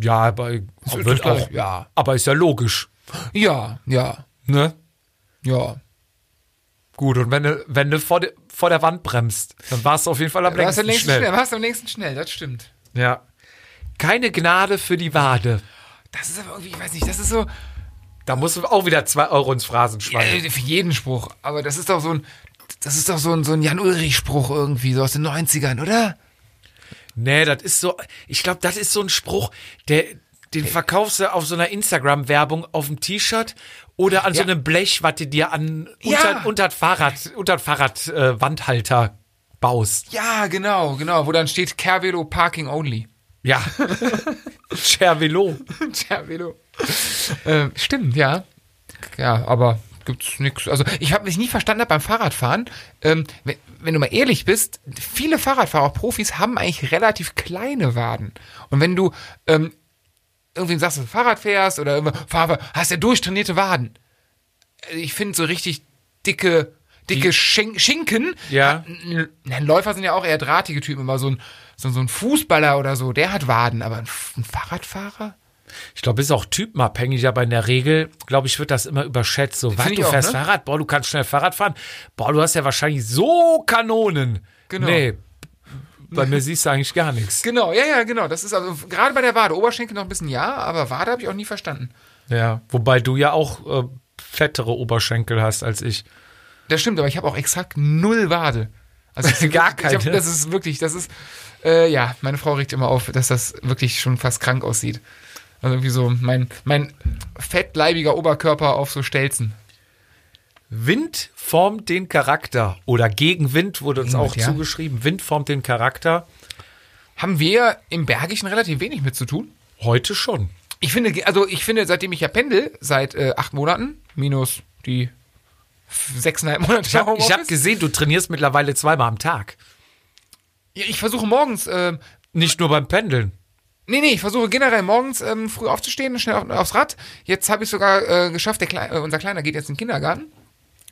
ja, aber wird das gleich, auch, ja. aber ist ja logisch, Ja, ja, ne? ja. Gut, und wenn du, wenn du vor, de, vor der Wand bremst, dann warst du auf jeden Fall am Warst längsten am längsten schnell. schnell. warst am längsten schnell, das stimmt. Ja. Keine Gnade für die Wade. Das ist aber irgendwie, ich weiß nicht, das ist so Da musst du auch wieder zwei Euro ins Phrasenschwein. äh, für jeden Spruch, aber das ist doch so ein das ist doch so ein, so ein Jan-Ulrich-Spruch irgendwie, so aus den 90ern, oder? Nee, das ist so, ich glaube, das ist so ein Spruch, der, den verkaufst du auf so einer Instagram-Werbung auf dem T-Shirt oder an so Ja. einem Blech, was du dir an Ja. unter, unter das Fahrrad, unter das Fahrrad äh, Wandhalter baust. Ja, genau, genau, wo dann steht Cervelo Parking Only. Ja. Cervelo. Cervelo. ähm, stimmt, ja. Ja, aber gibt's nix. Also ich habe mich nie verstanden hab beim Fahrradfahren. Ähm, wenn, wenn du mal ehrlich bist, viele Fahrradfahrer, auch Profis, haben eigentlich relativ kleine Waden. Und wenn du ähm, irgendwem sagst, dass du Fahrrad fährst oder immer, fahr, hast ja durchtrainierte Waden. Also Ich finde so richtig dicke, dicke Schen Schinken. Ja. N- n- Läufer sind ja auch eher drahtige Typen, immer so ein, so, so ein Fußballer oder so, der hat Waden, aber ein, F- ein Fahrradfahrer? Ich glaube, ist auch typenabhängig, aber in der Regel, glaube ich, wird das immer überschätzt. So, was, ich du auch, fährst ne? Fahrrad, boah, du kannst schnell Fahrrad fahren. Boah, du hast ja wahrscheinlich so Kanonen. Genau. Nee, bei mir siehst du eigentlich gar nichts. Genau, ja, ja, genau. Das ist also gerade bei der Wade. Oberschenkel noch ein bisschen ja, aber Wade habe ich auch nie verstanden. Ja, wobei du ja auch äh, fettere Oberschenkel hast als ich. Das stimmt, aber ich habe auch exakt null Wade. Also ich- Gar Ich keine. hab, das ist wirklich, das ist, äh, ja, meine Frau regt immer auf, dass das wirklich schon fast krank aussieht. Also irgendwie so mein, mein fettleibiger Oberkörper auf so Stelzen. Wind formt den Charakter. Oder Gegenwind wurde uns Gegenwind, auch Hm, ja. zugeschrieben. Wind formt den Charakter. Haben wir im Bergischen relativ wenig mit zu tun? Heute schon. Ich finde, also ich finde, seitdem ich ja pendel, seit äh, acht Monaten, minus die f- sechseinhalb Monate Ich habe Homeoffice. hab gesehen, du trainierst mittlerweile zweimal am Tag. Ja, ich versuche morgens, ähm, Nicht nur beim Pendeln. Nee, nee, ich versuche generell morgens ähm, früh aufzustehen, schnell auf, aufs Rad. Jetzt habe ich sogar äh, geschafft, der Kle äh, unser Kleiner geht jetzt in den Kindergarten.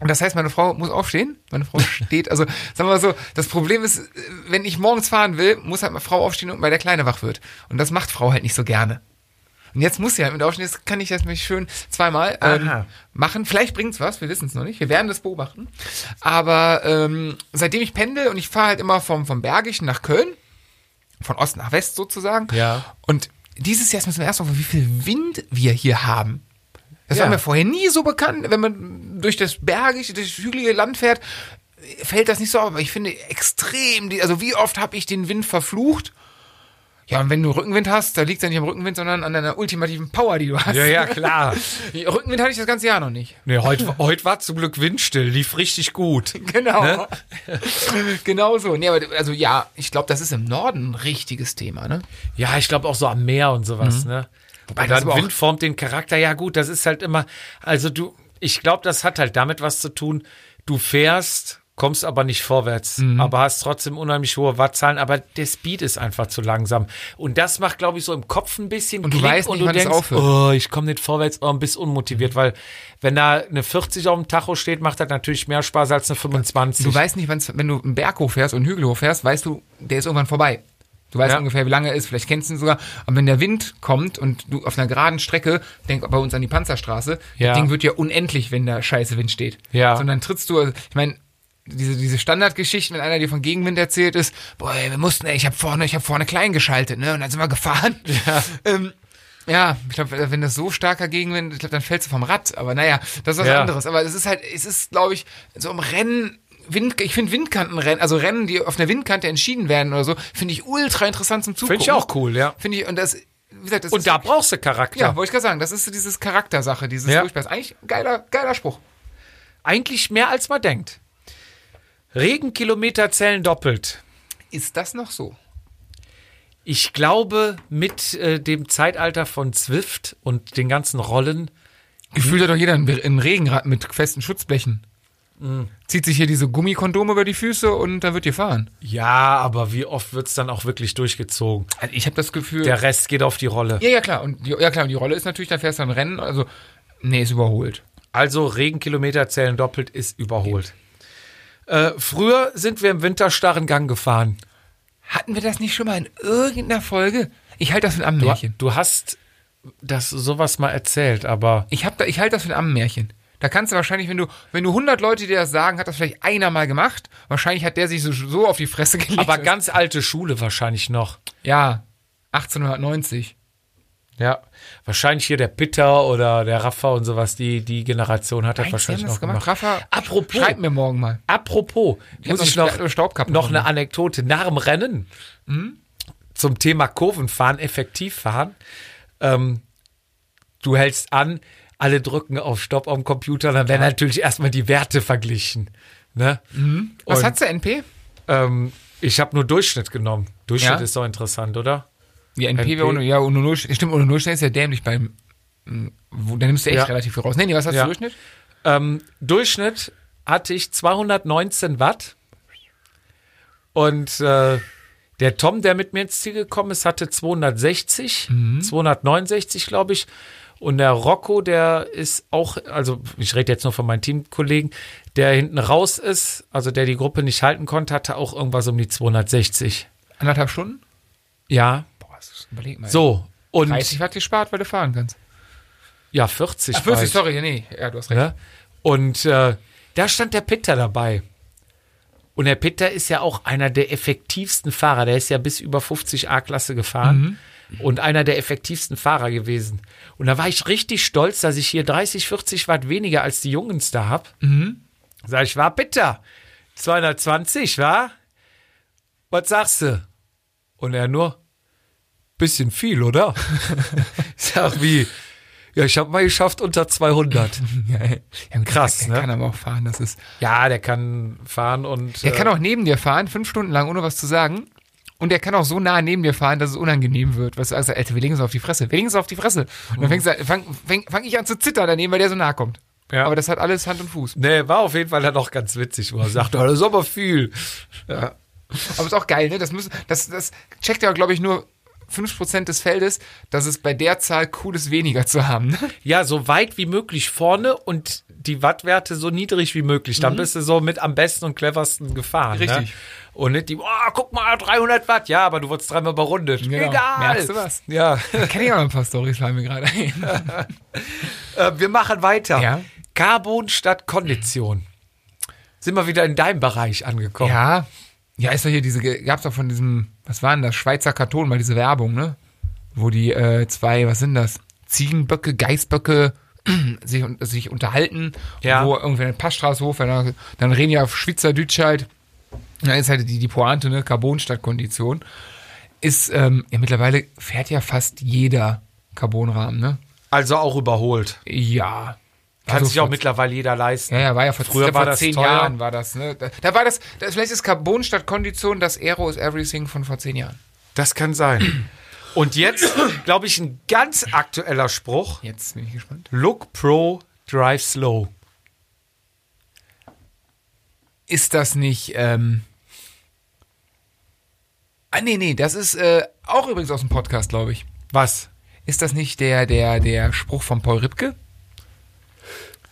Und das heißt, meine Frau muss aufstehen. Meine Frau steht, also sagen wir mal so, das Problem ist, äh, wenn ich morgens fahren will, muss halt meine Frau aufstehen, weil der Kleine wach wird. Und das macht Frau halt nicht so gerne. Und jetzt muss sie halt mit aufstehen, jetzt kann ich das mich schön zweimal ähm, Aha. machen. Vielleicht bringt's was, wir wissen's noch nicht. Wir werden das beobachten. Aber ähm, seitdem ich pendel und ich fahre halt immer vom, vom Bergischen nach Köln, von Ost nach West sozusagen. Ja. Und dieses Jahr ist mir zum ersten Mal, aufgefallen, wie viel Wind wir hier haben. Das Ja. war mir vorher nie so bekannt. Wenn man durch das bergische, durch das hügelige Land fährt, fällt das nicht so auf. Aber ich finde extrem, die- also wie oft habe ich den Wind verflucht? Ja, und wenn du Rückenwind hast, da liegt es ja nicht am Rückenwind, sondern an deiner ultimativen Power, die du hast. Ja, ja, klar. Rückenwind hatte ich das ganze Jahr noch nicht. Nee, heute, heute war zum Glück windstill, lief richtig gut. Genau. Ne? genau so. Nee, aber also ja, ich glaube, das ist im Norden ein richtiges Thema, ne? Ja, ich glaube auch so am Meer und sowas, ne? Mhm. Wobei und das dann aber auch- Wind formt den Charakter, ja gut, das ist halt immer, also du, ich glaube, das hat halt damit was zu tun, du fährst, kommst aber nicht vorwärts, Mhm. aber hast trotzdem unheimlich hohe Wattzahlen, aber der Speed ist einfach zu langsam. Und das macht, glaube ich, so im Kopf ein bisschen Und du Klick weißt und nicht, du wann es denkst, aufhört. oh, ich komme nicht vorwärts und bist unmotiviert, weil wenn da eine 40 auf dem Tacho steht, macht das natürlich mehr Spaß als eine 25. Du weißt nicht, wann's, wenn du einen Berg hochfährst und einen Hügel hochfährst, weißt du, der ist irgendwann vorbei. Du weißt Ja. ungefähr, wie lange er ist, vielleicht kennst du ihn sogar. Und wenn der Wind kommt und du auf einer geraden Strecke, denk bei uns an die Panzerstraße, Ja. das Ding wird ja unendlich, wenn der scheiße Wind steht. Ja. Sondern trittst du, also, ich meine, diese, diese Standardgeschichten, wenn einer dir von Gegenwind erzählt ist, boah, ey, wir mussten, ey, ich habe vorne, ich habe vorne klein geschaltet, ne, und dann sind wir gefahren. Ja. Ähm, ja, ich glaube, wenn das so starker Gegenwind, ich glaube, dann fällst du vom Rad. Aber naja, das ist was Ja. anderes. Aber es ist halt, es ist, glaube ich, so im Rennen, Wind, ich finde Windkantenrennen, also Rennen, die auf einer Windkante entschieden werden oder so, finde ich ultra interessant zum Zugucken. Finde ich auch cool, ja. Finde ich, und das, wie gesagt, das Und ist, da brauchst du Charakter. ja, wollte ich gerade sagen, das ist so dieses Charaktersache, dieses Ja. ja. Durchpass. Eigentlich ein geiler, geiler Spruch. Eigentlich mehr als man denkt. Regenkilometer zählen doppelt. Ist das noch so? Ich glaube, mit äh, dem Zeitalter von Zwift und den ganzen Rollen, Gefühlt hat doch jeder ein, ein Regenrad mit festen Schutzblechen. Mhm. Zieht sich hier diese Gummikondome über die Füße und dann wird ihr fahren. ja, aber wie oft wird es dann auch wirklich durchgezogen? Also ich habe das Gefühl. Der Rest geht auf die Rolle. Ja, ja, klar. Und die, ja, klar. Und die Rolle ist natürlich, da fährst du ein Rennen. Also, nee, ist überholt. Also Regenkilometer zählen doppelt ist überholt. Äh, früher sind wir im Winter starren Gang gefahren. Hatten wir das nicht schon mal in irgendeiner Folge? Ich halte das für ein Du, Ammenmärchen. du hast das sowas mal erzählt, aber Ich, hab da- ich halte das für ein Ammenmärchen. Da kannst du wahrscheinlich, wenn du, wenn du 100 Leute dir das sagen, hat das vielleicht einer mal gemacht. Wahrscheinlich hat der sich so, so auf die Fresse gelegt. aber ganz alte Schule wahrscheinlich noch. Ja, 1890. Ja, wahrscheinlich hier der Pitter oder der Raffa und sowas, die, die Generation hat das Nein, wahrscheinlich die haben das noch gemacht. gemacht. Rafa, apropos, Schreib mir morgen mal. apropos, muss haben ich so eine noch, Sta- Staubkappe noch drin. eine Anekdote. Nach dem Rennen hm, zum Thema Kurvenfahren, effektiv fahren, ähm, du hältst an, alle drücken auf Stopp am Computer, dann werden natürlich erstmal die Werte verglichen. Ne? Mhm. Was Und, hat's der NP? Ähm, ich habe nur Durchschnitt genommen. Durchschnitt Ja? ist so interessant, oder? Ja, NP, NP. wäre ohne, ja, ohne Null, stimmt, ohne Nullstellen ist ja dämlich beim, mm, wo, da nimmst du echt Ja. relativ viel raus. Nee, nee, was hast Ja. du Durchschnitt? Ähm, Durchschnitt hatte ich 219 Watt. Und äh, der Tom, der mit mir ins Ziel gekommen ist, hatte 260, Mhm. 269, glaube ich. Und der Rocco, der ist auch, also ich rede jetzt nur von meinen Teamkollegen, der hinten raus ist, also der die Gruppe nicht halten konnte, hatte auch irgendwas um die 260. Anderthalb Stunden? Ja, Boah, das ist- überleg mal. so. Und 30 Watt gespart, weil du fahren kannst. ja, 40. Ach, 40, bald. sorry, ja, nee, ja, du hast recht. Ne? Und äh, da stand der Pitter dabei. Und der Pitter ist ja auch einer der effektivsten Fahrer. Der ist ja bis über 50 A-Klasse gefahren Mhm. und einer der effektivsten Fahrer gewesen. Und da war ich richtig stolz, dass ich hier 30, 40 Watt weniger als die Jungs da hab. Mhm. Sag ich, war Pitter. 220, war? Was sagst du? Und er nur, bisschen viel, oder? ich sag, wie? Ja, ich habe mal geschafft unter 200. Ja, gut, Krass, der, ne? der kann aber auch fahren, das ist. Ja, der kann fahren und. Der äh, kann auch neben dir fahren, fünf Stunden lang, ohne was zu sagen. Und der kann auch so nah neben dir fahren, dass es unangenehm wird. Was, also, Alter, wir legen uns auf die Fresse. Wir legen uns auf die Fresse. Und Mhm. dann fängst du, fang, fang, fang ich an zu zittern daneben, weil der so nah kommt. Ja. Aber das hat alles Hand und Fuß. Nee, war auf jeden Fall dann auch ganz witzig, wo er sagt, oh, das ist aber viel. Aber ist auch geil, ne? Das, müssen, das, das checkt ja, glaube ich, nur 5% des Feldes, dass es bei der Zahl cool ist, weniger zu haben. Ne? Ja, so weit wie möglich vorne und die Wattwerte so niedrig wie möglich. Dann bist du so mit am besten und cleversten gefahren. Ne? Mhm. Richtig. Und nicht die, oh, guck mal, 300 Watt. Ja, aber du wurdest dreimal überrundet. Genau. Egal. Merkst du was? Ja. Kenn ich auch noch ein paar Storys, fallen mir gerade ein. Äh, wir machen weiter. Ja. Carbon statt Kondition. Sind wir wieder in deinem Bereich angekommen. Ja. Ja, ist doch hier diese, gab's doch von diesem, was war denn das? Schweizer Karton, mal diese Werbung, ne? Wo die äh, zwei, was sind das? Ziegenböcke, Geißböcke sich, un- sich unterhalten. Ja. Wo irgendwie eine Passstraße hoch, dann, dann reden die auf Schweizerdeutsch halt. Da ist halt die, die Pointe, ne? Carbon statt Kondition. ist, ähm, ja, mittlerweile fährt ja fast jeder Carbonrahmen, ne? Also auch überholt. Ja. Kann Also sich auch vor- mittlerweile jeder leisten. Ja, ja, war ja vor, Früher ja, war vor das zehn teuer. Jahren war das, ne? Da, da war das, das, vielleicht ist Carbon statt Kondition das Aero is Everything von vor zehn Jahren. Das kann sein. Und jetzt, glaube ich, ein ganz aktueller Spruch. Jetzt bin ich gespannt. Look pro, drive slow. Ist das nicht, ähm, ah, nee, nee, das ist, äh, auch übrigens aus dem Podcast, glaube ich. Was? Ist das nicht der, der, der Spruch von Paul Ripke?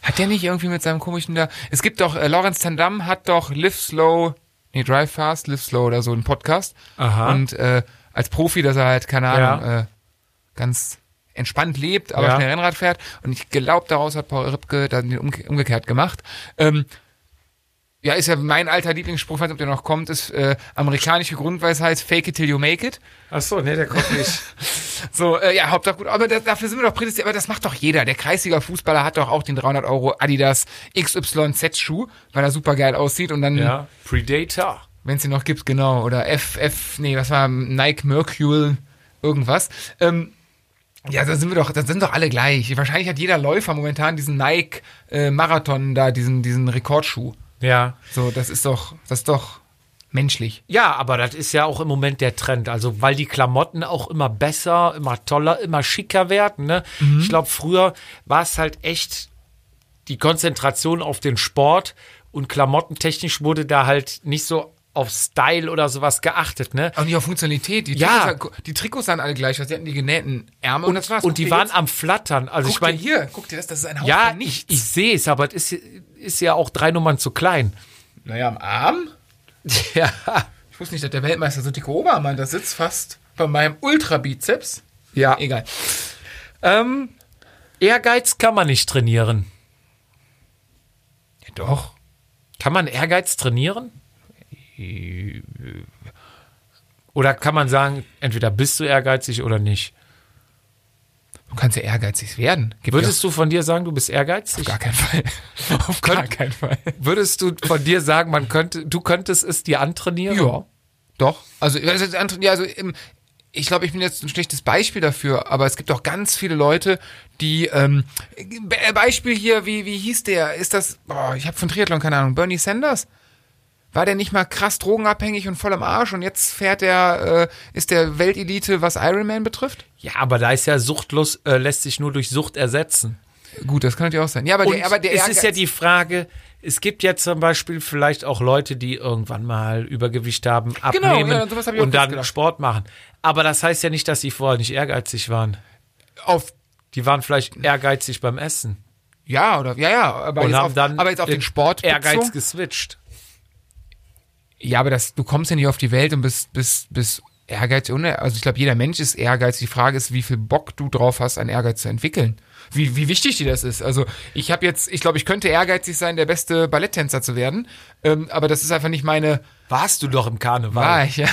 Hat der nicht irgendwie mit seinem komischen da. Es gibt doch, äh, Lawrence Tandam hat doch Live Slow, nee, Drive Fast, Live Slow oder so einen Podcast. Aha. Und äh, als Profi, dass er halt, keine Ja. Ahnung, äh, ganz entspannt lebt, aber Ja. schnell Rennrad fährt. Und ich glaube, daraus hat Paul Ripke dann den umge umgekehrt gemacht. Ähm, ja, ist ja mein alter Lieblingsspruch, falls ob der noch kommt, ist äh, amerikanische Grundweisheit, fake it till you make it. Achso, nee, der kommt nicht. So, äh, ja, Hauptsache gut. Aber das, dafür sind wir doch prädestiniert. Aber das macht doch jeder. Der Kreisliga-Fußballer hat doch auch den 300 Euro Adidas XYZ-Schuh, weil er super geil aussieht. Und dann, ja. Predator. wenn es den noch gibt, genau. Oder FF, nee, was war Nike Mercurial, irgendwas. Ähm, ja, da sind wir doch, da sind doch alle gleich. Wahrscheinlich hat jeder Läufer momentan diesen Nike äh, Marathon da, diesen, diesen Rekordschuh. Ja. So, das ist doch, das ist doch menschlich. Ja, aber das ist ja auch im Moment der Trend. Also, weil die Klamotten auch immer besser, immer toller, immer schicker werden. Ne? Mhm. Ich glaube, früher war es halt echt die Konzentration auf den Sport und klamottentechnisch wurde da halt nicht so auf Style oder sowas geachtet. Ne? Auch nicht auf Funktionalität. Die, Ja. Trikots, die Trikots sahen alle gleich aus. Sie hatten die genähten Ärmel und, das war's. Guck Und die dir waren jetzt- am Flattern. Also, Guck ich meine, dir hier, guck dir das, das ist ein Hauch ja, von ich, nichts. ich sehe es, aber es ist, ist ja auch drei Nummern zu klein. naja, am Arm? Ja. Ich wusste nicht, dass der Weltmeister so dicke Oberarm hat. Das sitzt fast bei meinem Ultrabizeps. Ja. Egal. Ähm, Ehrgeiz kann man nicht trainieren. Ja, doch. Kann man Ehrgeiz trainieren? Oder kann man sagen, entweder bist du ehrgeizig oder nicht? Du kannst ja ehrgeizig werden. Gibt Würdest du von dir sagen, du bist ehrgeizig? ja auf gar keinen Fall. auf gar keinen Fall. Würdest du von dir sagen, man könnte, du könntest es dir antrainieren? Ja, doch. Also, also, ja, also ähm, ich glaube, ich bin jetzt ein schlechtes Beispiel dafür, aber es gibt auch ganz viele Leute, die ähm, Be- Beispiel hier, wie, wie hieß der? Ist das, boah, ich habe von Triathlon keine Ahnung, Bernie Sanders? War der nicht mal krass drogenabhängig und voll am Arsch und jetzt fährt er, äh, ist der Weltelite, was Ironman betrifft? Ja, aber da ist ja suchtlos, äh, lässt sich nur durch Sucht ersetzen. Gut, das könnte ja auch sein. Ja, aber Und der, aber der es ist ja Ehrgeiz- die Frage, es gibt ja zum Beispiel vielleicht auch Leute, die irgendwann mal Übergewicht haben, Genau, abnehmen ja, an sowas hab ich auch und dann gedacht. Sport machen. Aber das heißt ja nicht, dass sie vorher nicht ehrgeizig waren. auf Die waren vielleicht ehrgeizig beim Essen ja, oder ja, ja, aber, und jetzt, haben auf, dann aber jetzt auf den Sport Ehrgeiz bezogen. geswitcht. Ja, aber das, du kommst ja nicht auf die Welt und bist, bist, bist Ehrgeiz ohne. Also ich glaube, jeder Mensch ist Ehrgeiz. Die Frage ist, wie viel Bock du drauf hast, einen Ehrgeiz zu entwickeln. Wie, wie wichtig dir das ist. Also ich habe jetzt, ich glaube, ich könnte ehrgeizig sein, der beste Balletttänzer zu werden. Ähm, aber das ist einfach nicht meine Warst du doch im Karneval? war ich, ja.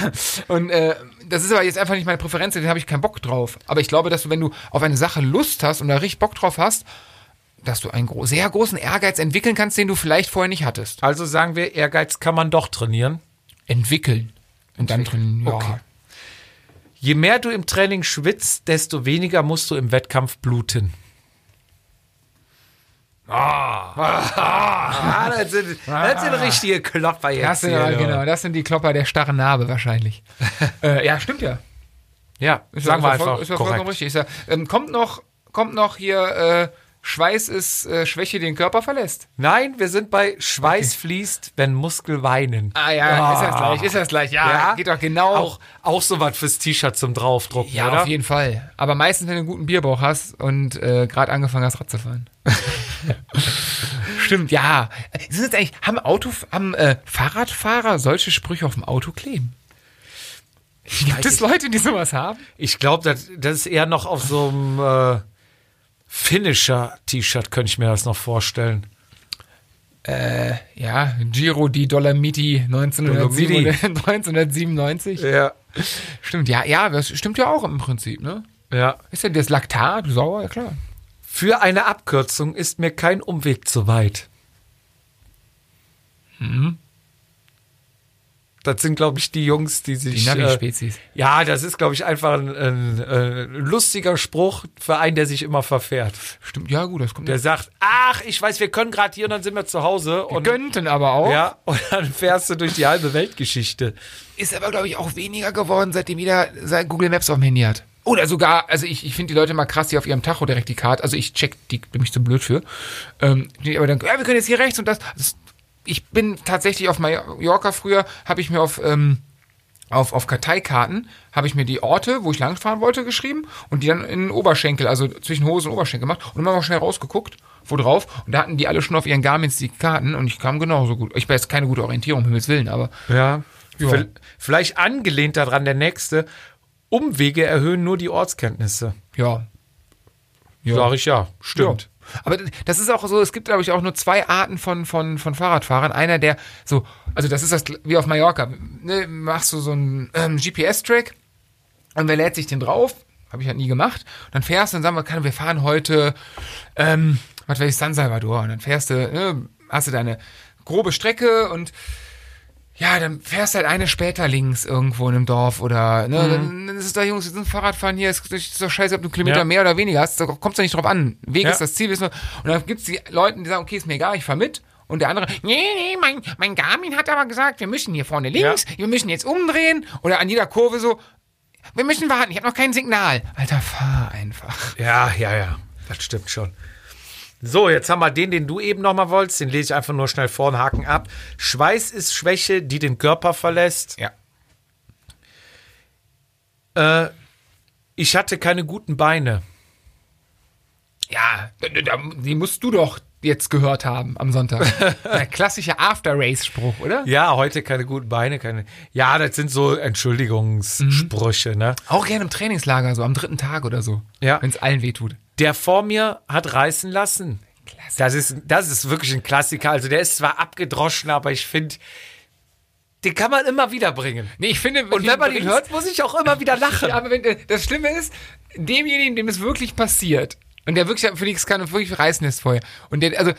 Und äh, das ist aber jetzt einfach nicht meine Präferenz, den habe ich keinen Bock drauf. Aber ich glaube, dass du, wenn du auf eine Sache Lust hast und da richtig Bock drauf hast, dass du einen gro sehr großen Ehrgeiz entwickeln kannst, den du vielleicht vorher nicht hattest. Also sagen wir, Ehrgeiz kann man doch trainieren. Entwickeln. Und dann drin, ja. Okay. Je mehr du im Training schwitzt, desto weniger musst du im Wettkampf bluten. Ah, das, sind, das sind richtige Klopper jetzt. Das sind, hier, ja, du. genau, das sind die Klopper der starren Narbe wahrscheinlich. äh, ja, stimmt ja. Ja, Ist sagen ja, wir ist ja voll- einfach Ist ja vollkommen korrekt. richtig. Ist ja, ähm, kommt, noch, kommt noch hier, äh, Schweiß ist äh, Schwäche, die den Körper verlässt. Nein, wir sind bei Schweiß fließt, wenn Muskel weinen. Ah ja, ist das gleich, ist das gleich. Ja, geht doch genau. Auch, auch so was fürs T-Shirt zum Draufdrucken, ja, oder? auf jeden Fall. Aber meistens, wenn du einen guten Bierbauch hast und äh, gerade angefangen hast, Rad zu fahren. Stimmt, ja. Sind jetzt eigentlich, haben Auto, haben äh, Fahrradfahrer solche Sprüche auf dem Auto kleben? Gibt es Leute, die sowas haben? Ich glaube, das, das ist eher noch auf so einem äh, Finisher-T-Shirt, könnte ich mir das noch vorstellen. Ja, Giro di Dolomiti 1997. 1997. Ja. Stimmt, ja, ja, das stimmt ja auch im Prinzip, ne? ja. Ist ja das Laktat sauer, ja klar. Für eine Abkürzung ist mir kein Umweg zu weit. Das sind, glaube ich, die Jungs, die sich. Die äh, Navi-Spezies. ja, das ist, glaube ich, einfach ein, ein, äh, lustiger Spruch für einen, der sich immer verfährt. Stimmt, ja gut, das kommt. Der sagt, ach, ich weiß, wir können gerade hier und dann sind wir zu Hause. Und, Gönnten aber auch. ja, und dann fährst du durch die halbe Weltgeschichte. Ist aber, glaube ich, auch weniger geworden, seitdem jeder sein Google Maps auf dem Handy hat. Oder sogar, also ich, ich finde die Leute mal krass, die auf ihrem Tacho direkt die Karte, also ich check die, bin ich zu blöd für. Ähm, die aber dann, ja, wir können jetzt hier rechts und das. das ich bin tatsächlich auf Mallorca früher, habe ich mir auf, ähm, auf, auf Karteikarten, habe ich mir die Orte, wo ich langfahren wollte, geschrieben und die dann in den Oberschenkel, also zwischen Hose und Oberschenkel gemacht und immer mal schnell rausgeguckt, wo drauf. Und da hatten die alle schon auf ihren Garmins die Karten und ich kam genauso gut. Ich weiß keine gute Orientierung, um Himmels Willen, aber Ja. Ja. V- Vielleicht angelehnt daran der nächste. Umwege erhöhen nur die Ortskenntnisse. ja, Ja. Sag ich ja, stimmt. Ja. Aber das ist auch so, es gibt, glaube ich, auch nur zwei Arten von, von, von Fahrradfahrern. Einer, der so, also das ist das wie auf Mallorca. Ne, machst du so einen ähm, GPS-Track und wer lädt sich den drauf? Habe ich halt nie gemacht. Und dann fährst du und sagen wir, kann, wir fahren heute, ähm, was weiß ich, San Salvador. Und dann fährst du, ne, hast du deine grobe Strecke und ja, dann fährst halt eine später links irgendwo in einem Dorf oder, Mhm. ne, dann, dann ist es da, Jungs, wir sind Fahrradfahren hier, ist, ist doch scheiße, ob du einen Kilometer Ja. mehr oder weniger hast, da kommt's doch nicht drauf an. Weg Ja. ist das Ziel, wissen wir. Und dann gibt's die Leute, die sagen, okay, ist mir egal, ich fahr mit. Und der andere, nee, nee, mein, mein Garmin hat aber gesagt, wir müssen hier vorne links, wir müssen jetzt umdrehen. Oder an jeder Kurve so, wir müssen warten, ich habe noch kein Signal. Alter, fahr einfach. Ja, ja, ja. Das stimmt schon. So, jetzt haben wir den, den du eben nochmal wolltest. Den lese ich einfach nur schnell vorn Haken ab. Schweiß ist Schwäche, die den Körper verlässt. Ja. Ich hatte keine guten Beine. Ja, da- da- die musst du doch jetzt gehört haben am Sonntag. Der klassische After-Race-Spruch, oder? Ja, heute keine guten Beine, keine. Ja, das sind so Entschuldigungssprüche, ne? Auch gerne im Trainingslager, so am dritten Tag oder so. Ja. Wenn es allen wehtut. Der vor mir hat reißen lassen. Klasse. Das ist, das ist wirklich ein Klassiker. Also der ist zwar abgedroschen, aber ich finde, den kann man immer wieder bringen. Nee, ich finde, Und wenn man ihn übrigens- hört, muss ich auch immer wieder lachen. Ja, aber wenn, äh, das Schlimme ist, demjenigen, dem es wirklich passiert, und der wirklich für nichts kann und wirklich reißen lässt vorher, und der, also,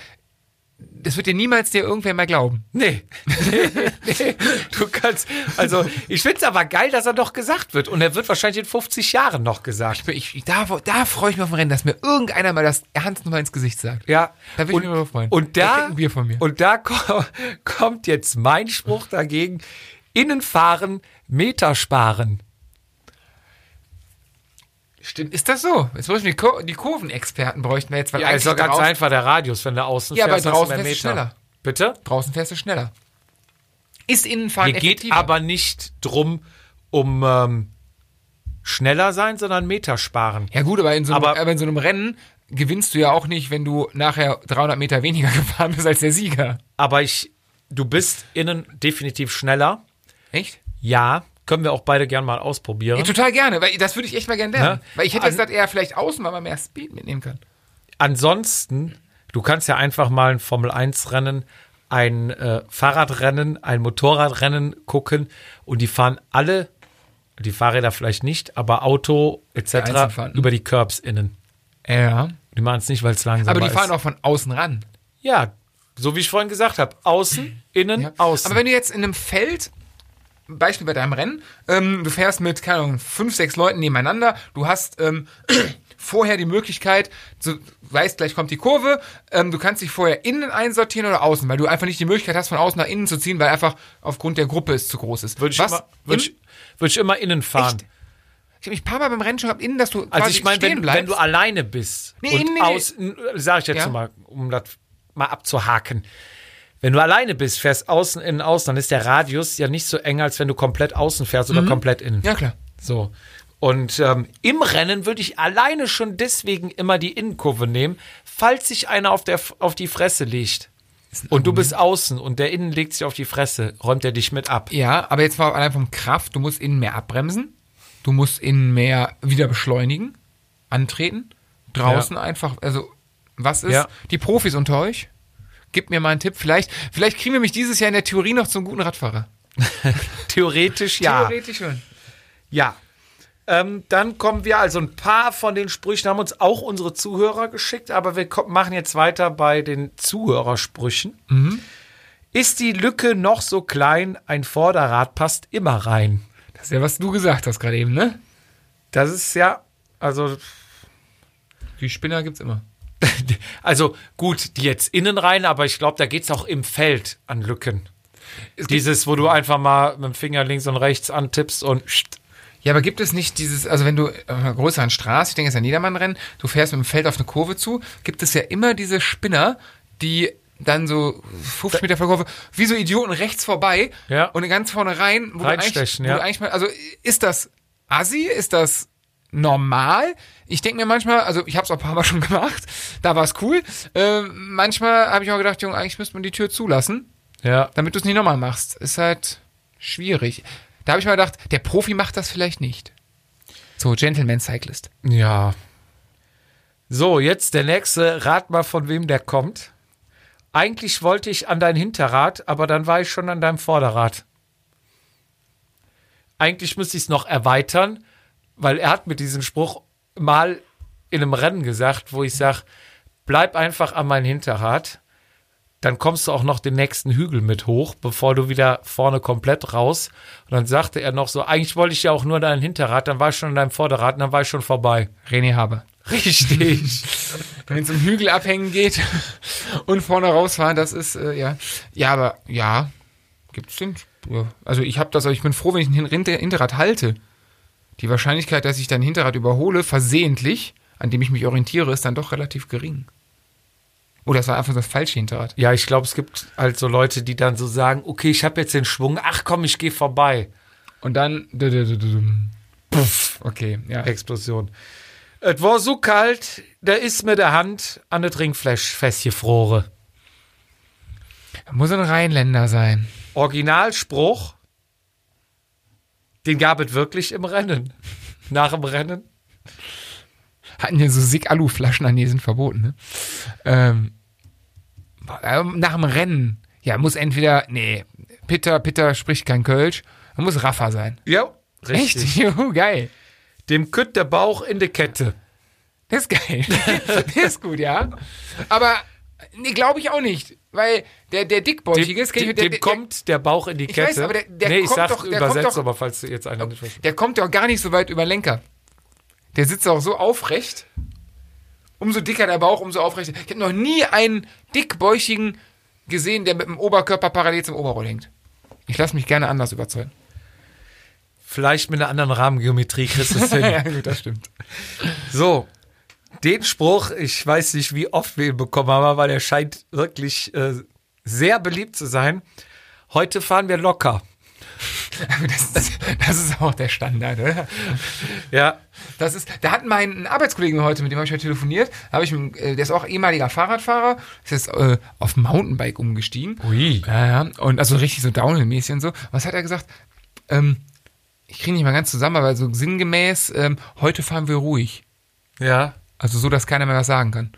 das wird dir niemals dir irgendwer mehr glauben. Nee. nee, nee. Du kannst. Also, ich find's aber geil, dass er noch gesagt wird. Und er wird wahrscheinlich in 50 Jahren noch gesagt. Ich, ich, da da freue ich mich auf ein Rennen, dass mir irgendeiner mal das Hans nochmal ins Gesicht sagt. Ja. Da will ich und, mich immer freuen. Und Da da, kriegt ein Bier von mir. Und da ko- kommt jetzt mein Spruch dagegen. Innenfahren, Meter sparen. Stimmt, ist das so? Jetzt bräuchten wir die, Kur die Kurvenexperten bräuchten wir jetzt, weil Ja, eigentlich ist doch Also ganz draußen, einfach der Radius, wenn du außen Ja, aber fährst, hast du draußen mehr fährst du schneller. Bitte? draußen fährst du schneller. Ist Innenfahren Hier geht effektiver. aber nicht drum, um ähm, schneller sein, sondern Meter sparen. Ja gut, aber in, so einem, aber, Aber- in so einem Rennen gewinnst du ja auch nicht, wenn du nachher 300 Meter weniger gefahren bist als der Sieger. Aber ich, du bist innen definitiv schneller. Echt? Ja, können wir auch beide gern mal ausprobieren. Ja, total gerne, weil das würde ich echt mal gerne lernen. Ja. Weil ich hätte jetzt An- gesagt, eher vielleicht außen, weil man mehr Speed mitnehmen kann. Ansonsten, du kannst ja einfach mal ein Formel-1-Rennen, ein äh, Fahrradrennen, ein Motorradrennen gucken und die fahren alle, die Fahrräder vielleicht nicht, aber Auto einzeln etc. fahren, ne? über die Curbs innen. Ja. Die machen es nicht, weil es langsamer Aber die ist. fahren auch von außen ran. Ja, so wie ich vorhin gesagt habe, außen, innen, Ja. außen. Aber wenn du jetzt in einem Feld, Beispiel bei deinem Rennen, ähm, du fährst mit, keine Ahnung, fünf, sechs Leuten nebeneinander, du hast ähm, vorher die Möglichkeit, du weißt, gleich kommt die Kurve, ähm, du kannst dich vorher innen einsortieren oder außen, weil du einfach nicht die Möglichkeit hast, von außen nach innen zu ziehen, weil einfach aufgrund der Gruppe es zu groß ist. würde ich, Was immer- würde im- ich, würde ich immer innen fahren. Echt? Ich habe mich ein paar Mal beim Rennen schon gehabt, innen, dass du Also quasi ich meine, stehen wenn, bleibst. wenn du alleine bist Nee, nee, und nee. außen, sage ich jetzt Ja. noch mal, um das mal abzuhaken. Wenn du alleine bist, fährst außen, innen, außen, dann ist der Radius ja nicht so eng, als wenn du komplett außen fährst oder komplett innen. Mhm. ja klar. So. Und ähm, im Rennen würde ich alleine schon deswegen immer die Innenkurve nehmen, falls sich einer auf, der, auf die Fresse legt. Und du bist außen und der Innen legt sich auf die Fresse, räumt er dich mit ab. Ja, aber jetzt mal allein vom Kraft, du musst innen mehr abbremsen, du musst innen mehr wieder beschleunigen, antreten, draußen einfach, also was ist, Ja. die Profis unter euch, gib mir mal einen Tipp, vielleicht, vielleicht kriegen wir mich dieses Jahr in der Theorie noch zum guten Radfahrer. Theoretisch ja. Theoretisch schon. Ja. Ähm, dann kommen wir, also ein paar von den Sprüchen haben uns auch unsere Mhm. Zuhörer geschickt, aber wir ko- machen jetzt weiter bei den Zuhörersprüchen. Ist die Lücke noch so klein, ein Vorderrad passt immer rein. Das ist ja, was du gesagt hast gerade eben, ne? Das ist ja, also, Die Spinner gibt's immer. also gut, die jetzt innen rein, aber ich glaube, da geht es auch im Feld an Lücken. Dieses, wo du einfach mal mit dem Finger links und rechts antippst und scht, Ja, aber gibt es nicht dieses, also wenn du auf einer größeren Straße, ich denke, es ist ein Niedermannrennen, du fährst mit dem Feld auf eine Kurve zu, gibt es ja immer diese Spinner, die dann so 50 Meter vor der Kurve, wie so Idioten rechts vorbei Ja. und ganz vorne rein, wo Reinstechen, du eigentlich, wo ja. du eigentlich mal, also ist das assi, ist das normal? Ich denke mir manchmal, also ich habe es auch ein paar Mal schon gemacht, da war es cool, ähm, manchmal habe ich auch gedacht, Junge, eigentlich müsste man die Tür zulassen, ja. damit du es nicht nochmal machst. Ist halt schwierig. Da habe ich mal gedacht, der Profi macht das vielleicht nicht. So, Gentleman Cyclist. Ja. So, jetzt der nächste. Rat mal, von wem der kommt. Eigentlich wollte ich an dein Hinterrad, aber dann war ich schon an deinem Vorderrad. Eigentlich müsste ich es noch erweitern, weil er hat mir diesen Spruch mal in einem Rennen gesagt, wo ich sage, bleib einfach an mein Hinterrad, dann kommst du auch noch den nächsten Hügel mit hoch, bevor du wieder vorne komplett raus. Und dann sagte er noch so, eigentlich wollte ich ja auch nur dein Hinterrad, dann war ich schon an deinem Vorderrad und dann war ich schon vorbei. René Haber. Richtig. Wenn es um Hügel abhängen geht und vorne rausfahren, das ist, äh, ja. Ja, aber, ja, gibt's den. Ja. Also ich habe das, aber ich bin froh, wenn ich ein Hinter Hinterrad halte. Die Wahrscheinlichkeit, dass ich dein Hinterrad überhole, versehentlich, an dem ich mich orientiere, ist dann doch relativ gering. Oder es war einfach das falsche Hinterrad. ja, ich glaube, es gibt halt so Leute, die dann so sagen, okay, ich habe jetzt den Schwung, ach komm, ich gehe vorbei. Und dann. Puff. Okay, ja. Explosion. Et war so kalt, da ist mir der Hand an der Trinkflasch festgefroren. Muss ein Rheinländer sein. Originalspruch, den gab es wirklich im Rennen. Nach dem Rennen. Hatten ja so Sig-Alu-Flaschen an, die sind verboten, ne? Ähm, ähm, nach dem Rennen. Ja, muss entweder, nee, Peter, Peter spricht kein Kölsch. Er muss Raffa sein. Ja, Echt? Juhu, geil. Dem kütt der Bauch in der Kette. Das ist geil. das ist gut, ja. Aber, nee, glaube ich auch nicht. Weil der, der Dickbäuchige ist, kenn dem, ich mit der, dem der, kommt der Bauch in die Ich Kette. weiß, aber der- der nee, ich kommt sag doch- der kommt übersetzt, doch- aber falls du jetzt einen nicht verstehst. Der kommt ja auch gar nicht so weit über den Lenker. Der sitzt auch so aufrecht. Umso dicker der Bauch, umso aufrechter. Ich habe noch nie einen dickbäuchigen gesehen, der mit dem Oberkörper parallel zum Oberroll hängt. Ich lasse mich gerne anders überzeugen. Vielleicht mit einer anderen Rahmengeometrie kriegst du es hin. gut, das stimmt. So, den Spruch, ich weiß nicht, wie oft wir ihn bekommen haben, aber der scheint wirklich äh, sehr beliebt zu sein. Heute fahren wir locker. Das ist, das ist auch der Standard, oder? Ja, Das ist, da hat mein Arbeitskollegen heute, mit dem habe ich heute telefoniert, da hab ich, mit dem, äh, der ist auch ehemaliger Fahrradfahrer, ist jetzt äh, auf Mountainbike umgestiegen. Ui. Ja, ja. Und also richtig so Downhill-mäßig und so. Was hat er gesagt? Ähm, ich kriege nicht mal ganz zusammen, aber so sinngemäß, ähm, heute fahren wir ruhig. ja. Also so, dass keiner mehr was sagen kann.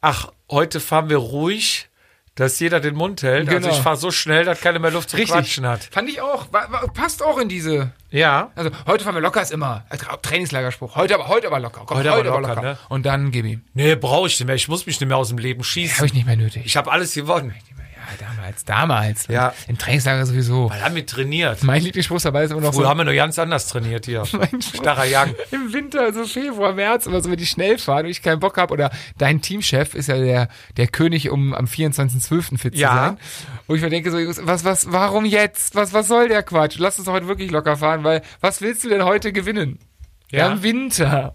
Ach, heute fahren wir ruhig, dass jeder den Mund hält. Genau. Also ich fahre so schnell, dass keiner mehr Luft zum Quatschen hat. Fand ich auch. War, war, passt auch in diese. Ja. Also heute fahren wir locker ist immer. Äh, Tra- Trainingslagerspruch. Heute aber, heute aber locker. Komm, Heute aber locker, ne? Und dann gib ihm. Nee, brauche ich nicht mehr. Ich muss mich nicht mehr aus dem Leben schießen. Habe ich nicht mehr nötig. Ich habe alles gewonnen. Ja, damals, damals. Ja. Im Trainingslager sowieso. Weil haben wir trainiert. Mein Lieblingsspruch dabei ist immer noch Früher so. haben wir noch ganz anders trainiert hier. Starrer Young. im Winter, so Februar, März, immer so, wenn die schnell fahren und ich keinen Bock habe. Oder dein Teamchef ist ja der, der König, um am 24.12. fit Ja. zu sein. Wo ich mir denke, so, Jungs, was, was, warum jetzt? Was, was soll der Quatsch? Lass uns doch heute wirklich locker fahren, weil was willst du denn heute gewinnen? Ja. Ja. Im Winter.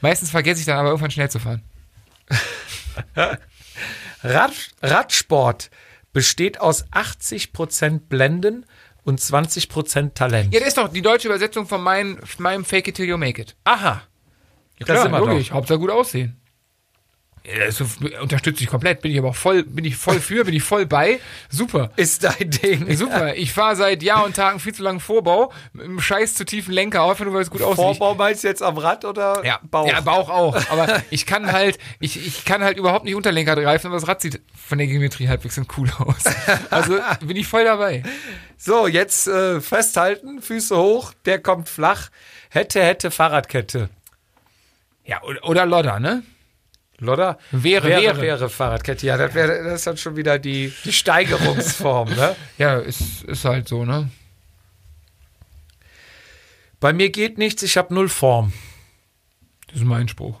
Meistens vergesse ich dann aber irgendwann schnell zu fahren. Rad, Radsport besteht aus 80% Blenden und 20% Talent. Ja, das ist doch die deutsche Übersetzung von mein, meinem Fake it till you make it. Aha. Ja, klar, logisch. logisch. Hauptsache gut aussehen. Ja, das ist so- unterstütze ich komplett. Bin ich aber auch voll, bin ich voll für, bin ich voll bei. Super. Ist dein Ding. Super, ich fahre seit Jahr und Tagen viel zu langen Vorbau, mit einem scheiß zu tiefen Lenker, auch nur weil es gut aussieht. Vorbau meinst du jetzt am Rad oder Ja, Bauch? ja, Bauch auch. Aber ich kann halt, ich, ich kann halt überhaupt nicht Unterlenker greifen, aber das Rad sieht von der Geometrie halbwegs cool aus. Also bin ich voll dabei. so, jetzt äh, festhalten, Füße hoch, der kommt flach. Hätte, hätte, Fahrradkette. Ja, oder, oder Lodder, ne? Lodder? Wäre, wäre, wäre. wäre Fahrradkette. Ja, das, wäre, das ist dann schon wieder die, die Steigerungsform. ne? Ja, ist, ist halt so, ne? Bei mir geht nichts, ich habe null Form. Das ist mein Spruch.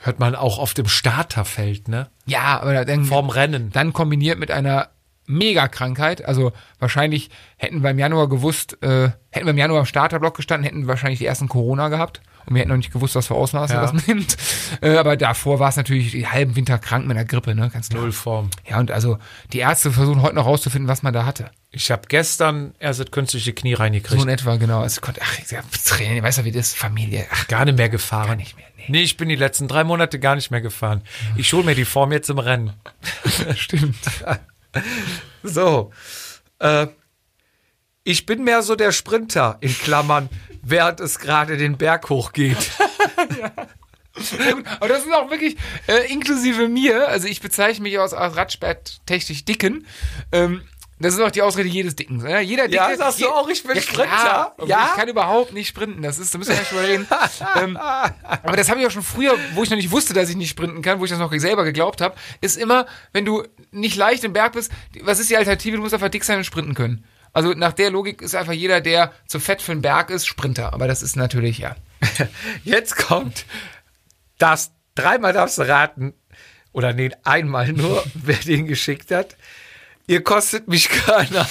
Hört man auch auf dem Starterfeld, ne? Ja, aber dann, Vorm Rennen. dann kombiniert mit einer Megakrankheit. Also wahrscheinlich hätten wir im Januar gewusst, äh, hätten wir im Januar am Starterblock gestanden, hätten wir wahrscheinlich die ersten Corona gehabt. Und wir hätten noch nicht gewusst, was für Ausmaße Ja. das nimmt. Äh, aber davor war es natürlich den halben Winter krank mit einer Grippe, ne? Ganz klar. Null Form. Ja, und also die Ärzte versuchen heute noch rauszufinden, was man da hatte. Ich habe gestern erst das künstliche Knie So reingekriegt. in etwa, genau. Es konnte, ach, ja, Tränen, weißt du, wie das ist? Familie. Ach, gar nicht mehr gefahren. Gar nicht mehr, nee. nee, ich bin die letzten drei Monate gar nicht mehr gefahren. Ich hole mir die Form jetzt im Rennen. stimmt. So. Äh, ich bin mehr so der Sprinter, in Klammern, während es gerade den Berg hochgeht. Aber das ist auch wirklich äh, inklusive mir, also ich bezeichne mich aus als Radsporttechnisch Dicken. Ähm, das ist auch die Ausrede jedes Dicken. Ne? Jeder Dicke. Ja, sagst du auch, ich bin klar. Sprinter? Ja? Ich kann überhaupt nicht sprinten. Das ist, da müssen wir nicht drüber reden. ähm, aber das habe ich auch schon früher, wo ich noch nicht wusste, dass ich nicht sprinten kann, wo ich das noch selber geglaubt habe, ist immer, wenn du nicht leicht im Berg bist, was ist die Alternative? Du musst einfach dick sein und sprinten können. Also nach der Logik ist einfach jeder, der zu fett für den Berg ist, Sprinter. Aber das ist natürlich, ja. Jetzt kommt das, dreimal darfst du raten, oder nee, einmal nur, wer den geschickt hat. Ihr kostet mich keiner.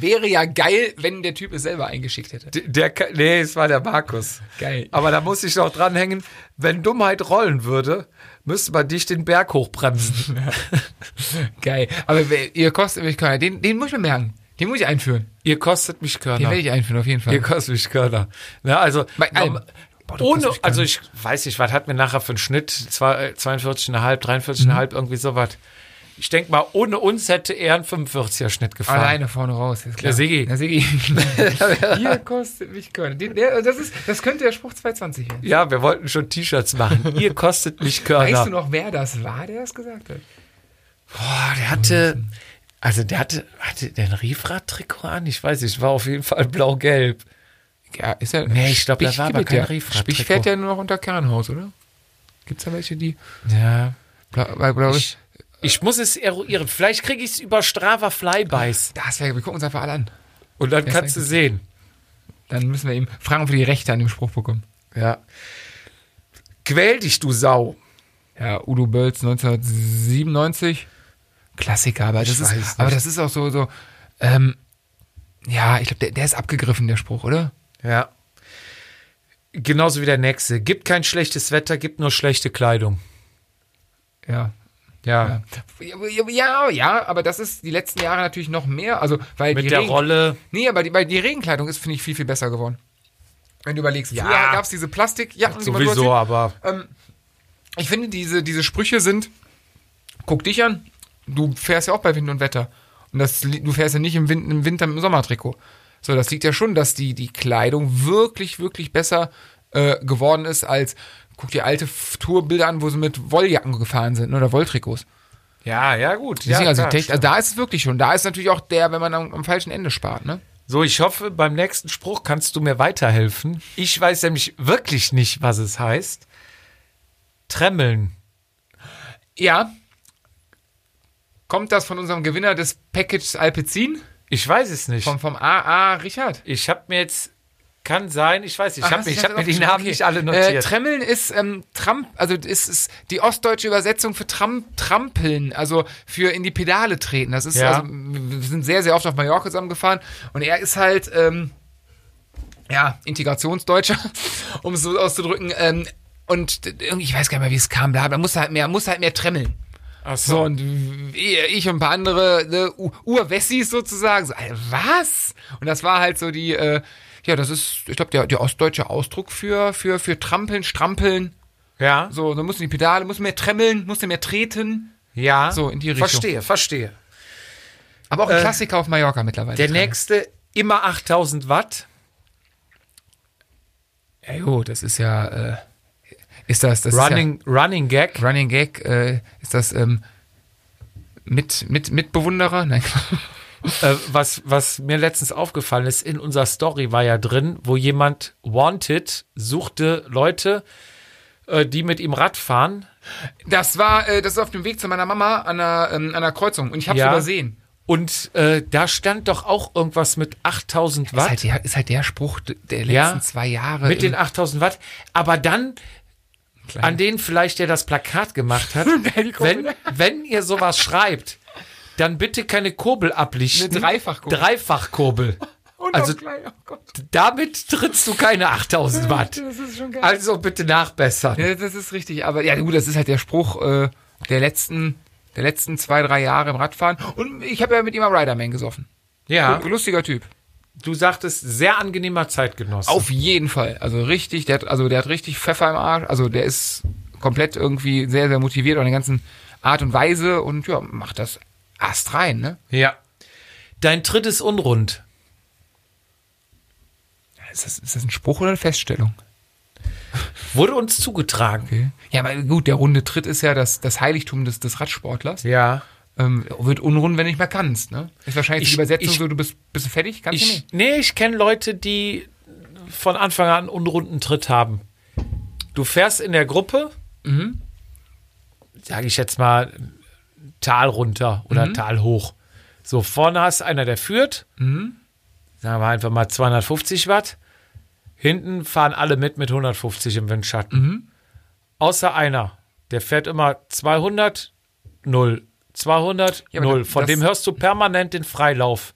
Wäre ja geil, wenn der Typ es selber eingeschickt hätte. D- Der, Ka- nee, es war der Markus. Geil. Aber da muss ich noch dranhängen, wenn Dummheit rollen würde, müsste man dich den Berg hochbremsen. Geil. Aber wer- ihr kostet mich Körner. Den, den muss ich mir merken. Den muss ich einführen. Ihr kostet mich Den Körner. werde ich einführen, auf jeden Fall. Ihr kostet mich Körner. Na, also, Bei allem. noch- Boah, du ohne, kostet mich also Körner. ich weiß nicht, was hat mir nachher für einen Schnitt? Zwei- äh, 42,5, 43,5, irgendwie sowas. Ich denke mal, ohne uns hätte er einen 45er Schnitt gefahren. Alleine vorne raus, ist Der klar. Siggi. Der Siggi. ihr kostet mich Körner. Den, der, das, ist, das könnte der Spruch 220 werden. Ja, wir wollten schon T-Shirts machen. Ihr kostet mich Körner. Weißt du noch, wer das war, der das gesagt hat? Boah, der hatte, also der hatte, hatte der ein Riefrad-Trikot an? Ich weiß nicht, war auf jeden Fall blau-gelb. Ja, ist ja. Nee, ich glaub, da war aber kein Riefrad- Spich Trikot. fährt ja nur noch unter Kernhaus, oder? Gibt's da welche, die. Ja. Bla, bla, bla, Ich, ich muss es eruieren. Vielleicht kriege ich es über Strava Flybys. das wäre, wir gucken uns einfach alle an. Und dann Ja, kannst sehr du gut. sehen. Dann müssen wir ihm fragen, ob wir die Rechte an dem Spruch bekommen. Ja. Quäl dich, du Sau. Ja, Udo Bölz 1997. Klassiker, aber das, weiß ist, nicht. aber das ist auch so, so ähm, ja, ich glaube, der, der ist abgegriffen, der Spruch, oder? Ja. Genauso wie der nächste. Gibt kein schlechtes Wetter, gibt nur schlechte Kleidung. Ja. Ja. Ja, ja, ja, aber das ist die letzten Jahre natürlich noch mehr. Also, weil die Mit der Regen- Rolle. Nee, aber die, weil die Regenkleidung ist, finde ich, viel, viel besser geworden. Wenn du überlegst, Ja. früher gab es diese Plastikjacken, die man so Sowieso, aussieht. aber. Ähm, ich finde, diese, diese Sprüche sind, guck dich an, du fährst ja auch bei Wind und Wetter. Und das, li- du fährst ja nicht im, Win- im Winter mit dem Sommertrikot. So, das liegt ja schon, dass die, die Kleidung wirklich, wirklich besser äh, geworden ist als, guck dir alte F- Tourbilder an, wo sie mit Wolljacken gefahren sind ne, oder Wolltrikots. Ja, ja, gut. Ja, Deswegen, also, klar, technisch- also da ist es wirklich schon. Da ist natürlich auch der, wenn man am, am falschen Ende spart, ne? So, ich hoffe, beim nächsten Spruch kannst du mir weiterhelfen. Ich weiß nämlich wirklich nicht, was es heißt. Tremmeln. Ja. Kommt das von unserem Gewinner des Package Alpecin? Ich weiß es nicht. Vom, vom AA Richard? Ich habe mir jetzt, kann sein, ich weiß nicht, ich Ach, habe hast mir, du ich das hab mir die aufgeschrieben? Namen Okay. nicht alle Äh, notiert. Tremmeln ist ähm, Tramp, also ist, ist die ostdeutsche Übersetzung für Tram, Trampeln, also für in die Pedale treten. Das ist, Ja. also, wir sind sehr, sehr oft auf Mallorca zusammengefahren und er ist halt, ähm, ja, Integrationsdeutscher, um es so auszudrücken. Ähm, und irgendwie, ich weiß gar nicht mehr, wie es kam, bla, bla, muss halt mehr, muss halt mehr tremmeln. Ach So, und ich und ein paar andere ne, U- Urwessis sozusagen. So, Alter, was? Und das war halt so die, äh, ja, das ist, ich glaube, der, der ostdeutsche Ausdruck für, für, für Trampeln, Strampeln. ja, So, da mussten die Pedale, mussten mehr tremmeln, mussten mehr treten. ja. so, in die Richtung. Verstehe, verstehe. Aber auch ein Äh, Klassiker auf Mallorca mittlerweile. Der Tremmeln. nächste, immer 8000 Watt. Ja, jo, das ist ja, äh, ist das, das Running, Running Gag. ist ja Running Gag, äh, ist das, ähm, mit, mit, Mitbewunderer? Nein. äh, was, was mir letztens aufgefallen ist, in unserer Story war ja drin, wo jemand Wanted suchte Leute, äh, die mit ihm Rad fahren. Das war, äh, das ist auf dem Weg zu meiner Mama an einer, ähm, an einer Kreuzung und ich hab's Ja. übersehen. Und äh, da stand doch auch irgendwas mit 8000 Ist Watt. halt, der, ist halt der Spruch d- der letzten Ja. zwei Jahre. mit im den 8000 Watt. Aber dann Kleinen. an den vielleicht, der das Plakat gemacht hat, wenn, wenn ihr sowas schreibt, dann bitte keine Kurbel ablichten. Eine Dreifachkurbel. Dreifachkurbel. Und also- auch gleich, oh Gott. Damit trittst du keine 8000 Watt. Das ist schon geil. Also bitte nachbessern. Ja, das ist richtig, aber ja gut, das ist halt der Spruch äh, der letzten der letzten zwei, drei Jahre im Radfahren. Und ich habe ja mit ihm am Riderman gesoffen. Ja, Lustiger Typ. du sagtest, sehr angenehmer Zeitgenosse. Auf jeden Fall. Also richtig, der hat, also der hat richtig Pfeffer im Arsch. Also der ist komplett irgendwie sehr, sehr motiviert an der ganzen Art und Weise und ja, macht das Ast rein, ne? Ja. Dein Tritt ist unrund. Ist das, ist das ein Spruch oder eine Feststellung? Wurde uns zugetragen. Okay. Ja, aber gut, der runde Tritt ist ja das, das Heiligtum des, des Radsportlers. Ja. Ähm, wird unrund, wenn du nicht mehr kannst, ne? Ist wahrscheinlich Ich- die Übersetzung ich- so, du bist, bist du fertig, kannst du Ich, nicht. nee, ich kenne Leute, die von Anfang an unrunden Tritt haben. Du fährst in der Gruppe, Mhm. sage ich jetzt mal, Tal runter Mhm. oder Tal hoch. So, vorne hast einer, der führt. Mhm. Sagen wir einfach mal 250 Watt. Hinten fahren alle mit mit 150 im Windschatten. Mhm. Außer einer. Der fährt immer 200, 0. 200, Ja, aber 0. das- Von das- dem hörst du permanent den Freilauf.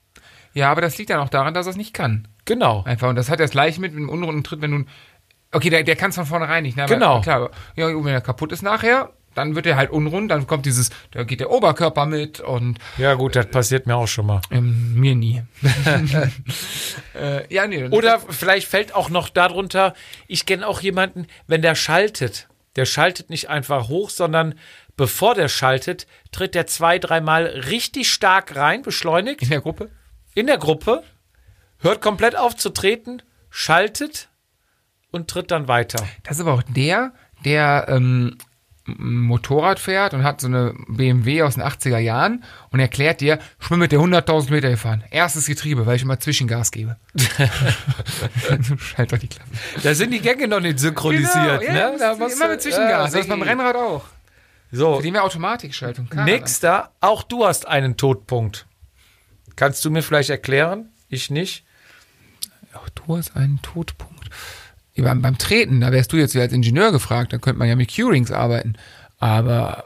Ja, aber das liegt dann auch daran, dass er es nicht kann. Genau. Einfach. Und das hat das gleiche mit einem unrunden Tritt, wenn du. Okay, der, der kann es von vornherein nicht. Ne? Aber Genau. Klar, aber- ja, und wenn er kaputt ist nachher, dann wird er halt unrund, dann kommt dieses, da geht der Oberkörper mit und Ja, gut, das passiert mir auch schon mal. ähm, mir nie. äh, ja, nee. dann- Oder vielleicht fällt auch noch darunter, ich kenne auch jemanden, wenn der schaltet, der schaltet nicht einfach hoch, sondern bevor der schaltet, tritt der zwei, dreimal richtig stark rein, beschleunigt in der Gruppe? in der Gruppe, hört komplett auf zu treten, schaltet und tritt dann weiter. Das ist aber auch der, der ähm, m- Motorrad fährt und hat so eine BMW aus den 80er Jahren und erklärt dir, ich bin mit der 100.000 Meter gefahren. Erstes Getriebe, weil ich immer Zwischengas gebe. Schalt doch die Klappe. Da sind die Gänge noch nicht synchronisiert. Genau, ne? Da immer musst du- mit Zwischengas. Ah, das ist beim nee. Rennrad auch. So, Für die mehr Automatikschaltung. Klar. Nächster, auch du hast einen Todpunkt. Kannst du mir vielleicht erklären? Ich nicht. Auch du hast einen Todpunkt. Ja, beim, beim Treten, da wärst du jetzt wieder als Ingenieur gefragt, da könnte man ja mit Q-Rings arbeiten. Aber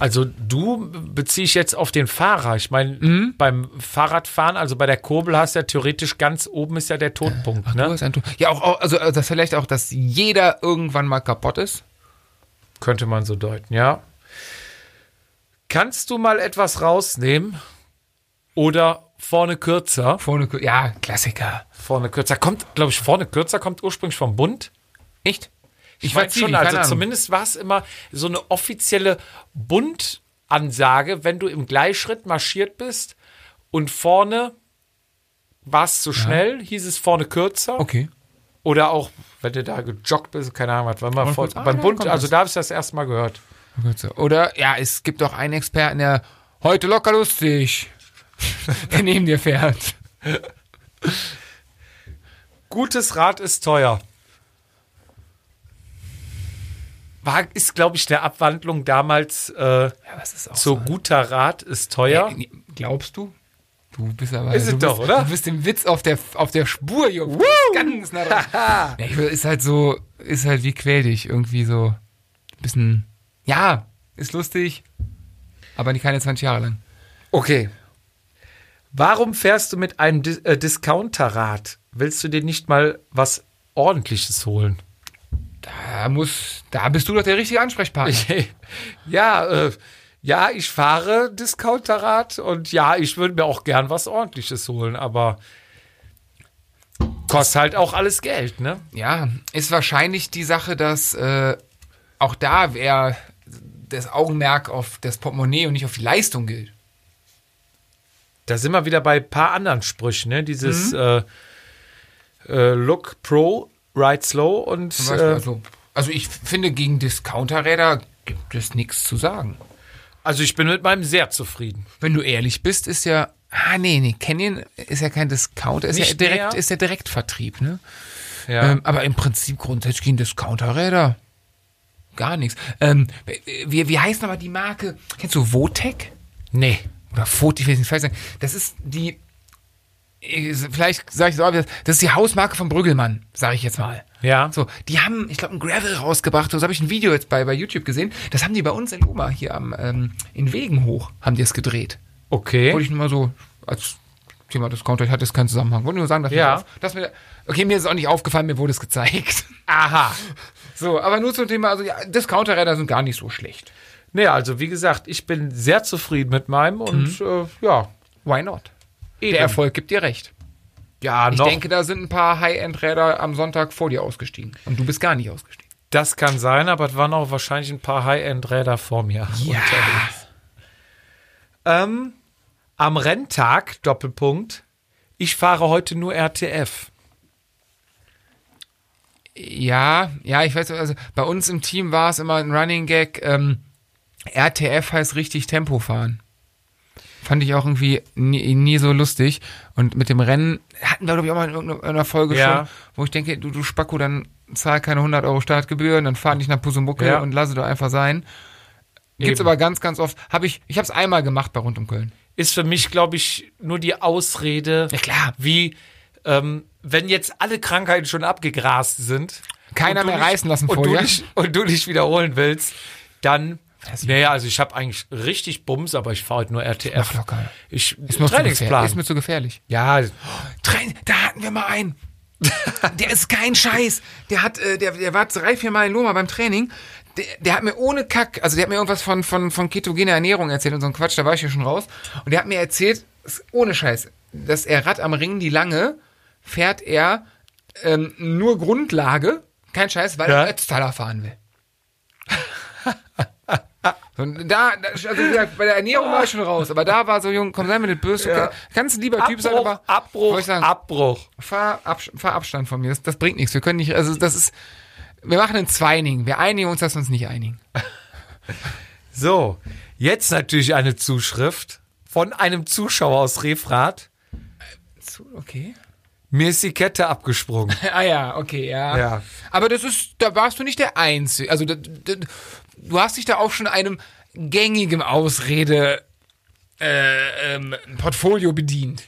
Also du beziehe ich jetzt auf den Fahrer. Ich meine, Mhm. beim Fahrradfahren, also bei der Kurbel hast du ja theoretisch ganz oben ist ja der Todpunkt. du ne? hast einen Tod. Ja, auch, auch also, also das vielleicht auch, dass jeder irgendwann mal kaputt ist. Könnte man so deuten, ja. Kannst du mal etwas rausnehmen? Oder vorne kürzer? Vorne, Kür- ja, Klassiker. Vorne kürzer kommt, glaube ich, vorne kürzer kommt ursprünglich vom Bund. Echt? Ich weiß nie, schon, keine also Ahnung. zumindest war es immer so eine offizielle Bundansage, wenn du im Gleichschritt marschiert bist und vorne war es zu schnell, hieß es vorne kürzer. Okay. Oder auch, wenn du da gejoggt bist, keine Ahnung, was war mal Vorne vor, kürzer. Ah, beim ja, Bund, kommt also das. da habe ich das erste Mal gehört. Gut so. Also, Oder, ja, es gibt auch einen Experten, der heute locker lustig, der neben dir fährt. Gutes Rad ist teuer. War, ist, glaube ich, eine Abwandlung damals äh, was ist auch ne? zu guter Rat ist teuer. Nee, nee, Glaubst du? Du bist aber. Ist du es bist, doch, oder? Du bist dem Witz auf der, auf der Spur, Junge. Du bist Ganz nah dran. ja, ich, will- ist halt so, ist halt wie quäl dich. Irgendwie so ein bisschen. Ja, ist lustig, aber nicht keine 20 Jahre lang. Okay. Warum fährst du mit einem Dis äh, Discounterrad? Willst du dir nicht mal was ordentliches holen? Da Äh, muss, da bist du doch der richtige Ansprechpartner. ja, äh, ja, ich fahre Discounterrad und ja, ich würde mir auch gern was ordentliches holen, aber kostet halt auch alles Geld, ne? Ja, ist wahrscheinlich die Sache, dass äh, auch da wäre das Augenmerk auf das Portemonnaie und nicht auf die Leistung gilt. Da sind wir wieder bei ein paar anderen Sprüchen, ne? Dieses Mhm. äh, äh, Look Pro, Ride Slow und Zum Beispiel, äh, also, also ich finde, gegen Discounterräder gibt es nichts zu sagen. äh, also ich bin mit meinem sehr zufrieden. Wenn du ehrlich bist, ist ja Ah, nee, nee. Canyon ist ja kein Discounter, ist ja Nicht direkt, mehr? ist ja Direktvertrieb, ne? Ja. Ähm, aber im Prinzip grundsätzlich gehen Discounter-Räder. Gar nichts. Ähm, wie, wie heißt nochmal die Marke? Kennst du Votec? nee. Oder Vot, ich will es nicht falsch sagen. Das ist die. ich- Vielleicht sage ich so, aber das das ist die Hausmarke von Brüggelmann, sage ich jetzt mal. Ja. So, die haben, ich glaube, ein Gravel rausgebracht. So habe ich ein Video jetzt bei, bei YouTube gesehen. Das haben die bei uns in Oma hier am, ähm, in Wegen hoch, haben die es gedreht. Wollte Okay. ich nur mal so als Thema Discounter, ich hatte jetzt keinen Zusammenhang. Wollte nur sagen, dass Ja. mir, das- dass mir, okay, mir ist es auch nicht aufgefallen, mir wurde es gezeigt. Aha. So, aber nur zum Thema, also ja, Discounterräder sind gar nicht so schlecht. Nee, also wie gesagt, ich bin sehr zufrieden mit meinem und äh, ja. Why not? Eben. Mhm. Der Erfolg gibt dir recht. Ja, Ich noch. denke, da sind ein paar High-End-Räder am Sonntag vor dir ausgestiegen. Und du bist gar nicht ausgestiegen. das kann sein, aber es waren auch wahrscheinlich ein paar High-End-Räder vor mir. Unterwegs. Ähm, am Renntag, Doppelpunkt, ich fahre heute nur RTF. Ja, ja, ich weiß, also bei uns im Team war es immer ein Running Gag, ähm, RTF heißt richtig Tempo fahren. Fand ich auch irgendwie nie, nie so lustig. Und mit dem Rennen hatten wir, glaube ich, auch mal in irgendeiner irgendeiner Folge Ja. schon, wo ich denke, du, du Spacko, dann zahl keine 100 Euro Startgebühren, dann fahr nicht nach Pusumucke Ja. und lasse doch einfach sein. Gibt's Eben. aber ganz, ganz oft. Hab ich, ich hab's einmal gemacht bei Rund um Köln. Ist für mich, glaube ich, nur die Ausrede, Ja, klar. wie ähm, wenn jetzt alle Krankheiten schon abgegrast sind. Keiner und du mehr nicht- reißen lassen und vorher. Du nicht, und du nicht wiederholen willst, dann. Naja, also ich habe eigentlich richtig Bums, aber ich fahre heute nur RTF. Mach locker. Ich, Ist mir, zu gefährlich. Trainingsplan. ist mir zu gefährlich. ja, Train da hatten wir mal einen. der ist kein Scheiß. Der hat, äh, der, der war drei, vier Mal in Loma beim Training. Der, der hat mir ohne Kack, also der hat mir irgendwas von, von, von ketogener Ernährung erzählt und so ein Quatsch, da war ich ja schon raus. Und der hat mir erzählt, s- ohne Scheiß, dass er Rad am Ring die Lange fährt er ähm, nur Grundlage, kein Scheiß, weil Ja. er Ötztaler fahren will. So, und da, da, also wie gesagt, bei der Ernährung war ich schon raus, aber da war so, Junge, komm, sei mir nicht böse, du kannst ein lieber Typ sein, Abbruch, halt aber wollte Abbruch, ich sagen, Abbruch. fahr, ab, fahr Abstand von mir. Das, das bringt nichts. Wir können nicht, also das ist, wir machen ein Zweining. Wir einigen uns, dass wir uns nicht einigen. So, jetzt natürlich eine Zuschrift von einem Zuschauer aus Refrat. Okay. Mir ist die Kette abgesprungen. Ah ja, okay, ja. Ja. Aber das ist, da warst du nicht der Einzige. Also da, da, du hast dich da auch schon einem gängigen Ausrede äh, ähm, Portfolio bedient.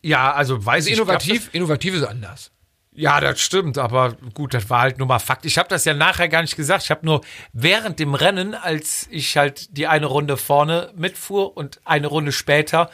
Ja, also weiß Also ich innovativ, glaub, innovativ ist anders. Das, ja, das stimmt, aber gut, das war halt nur mal Fakt. Ich habe das ja nachher gar nicht gesagt. Ich habe nur während dem Rennen, als ich halt die eine Runde vorne mitfuhr und eine Runde später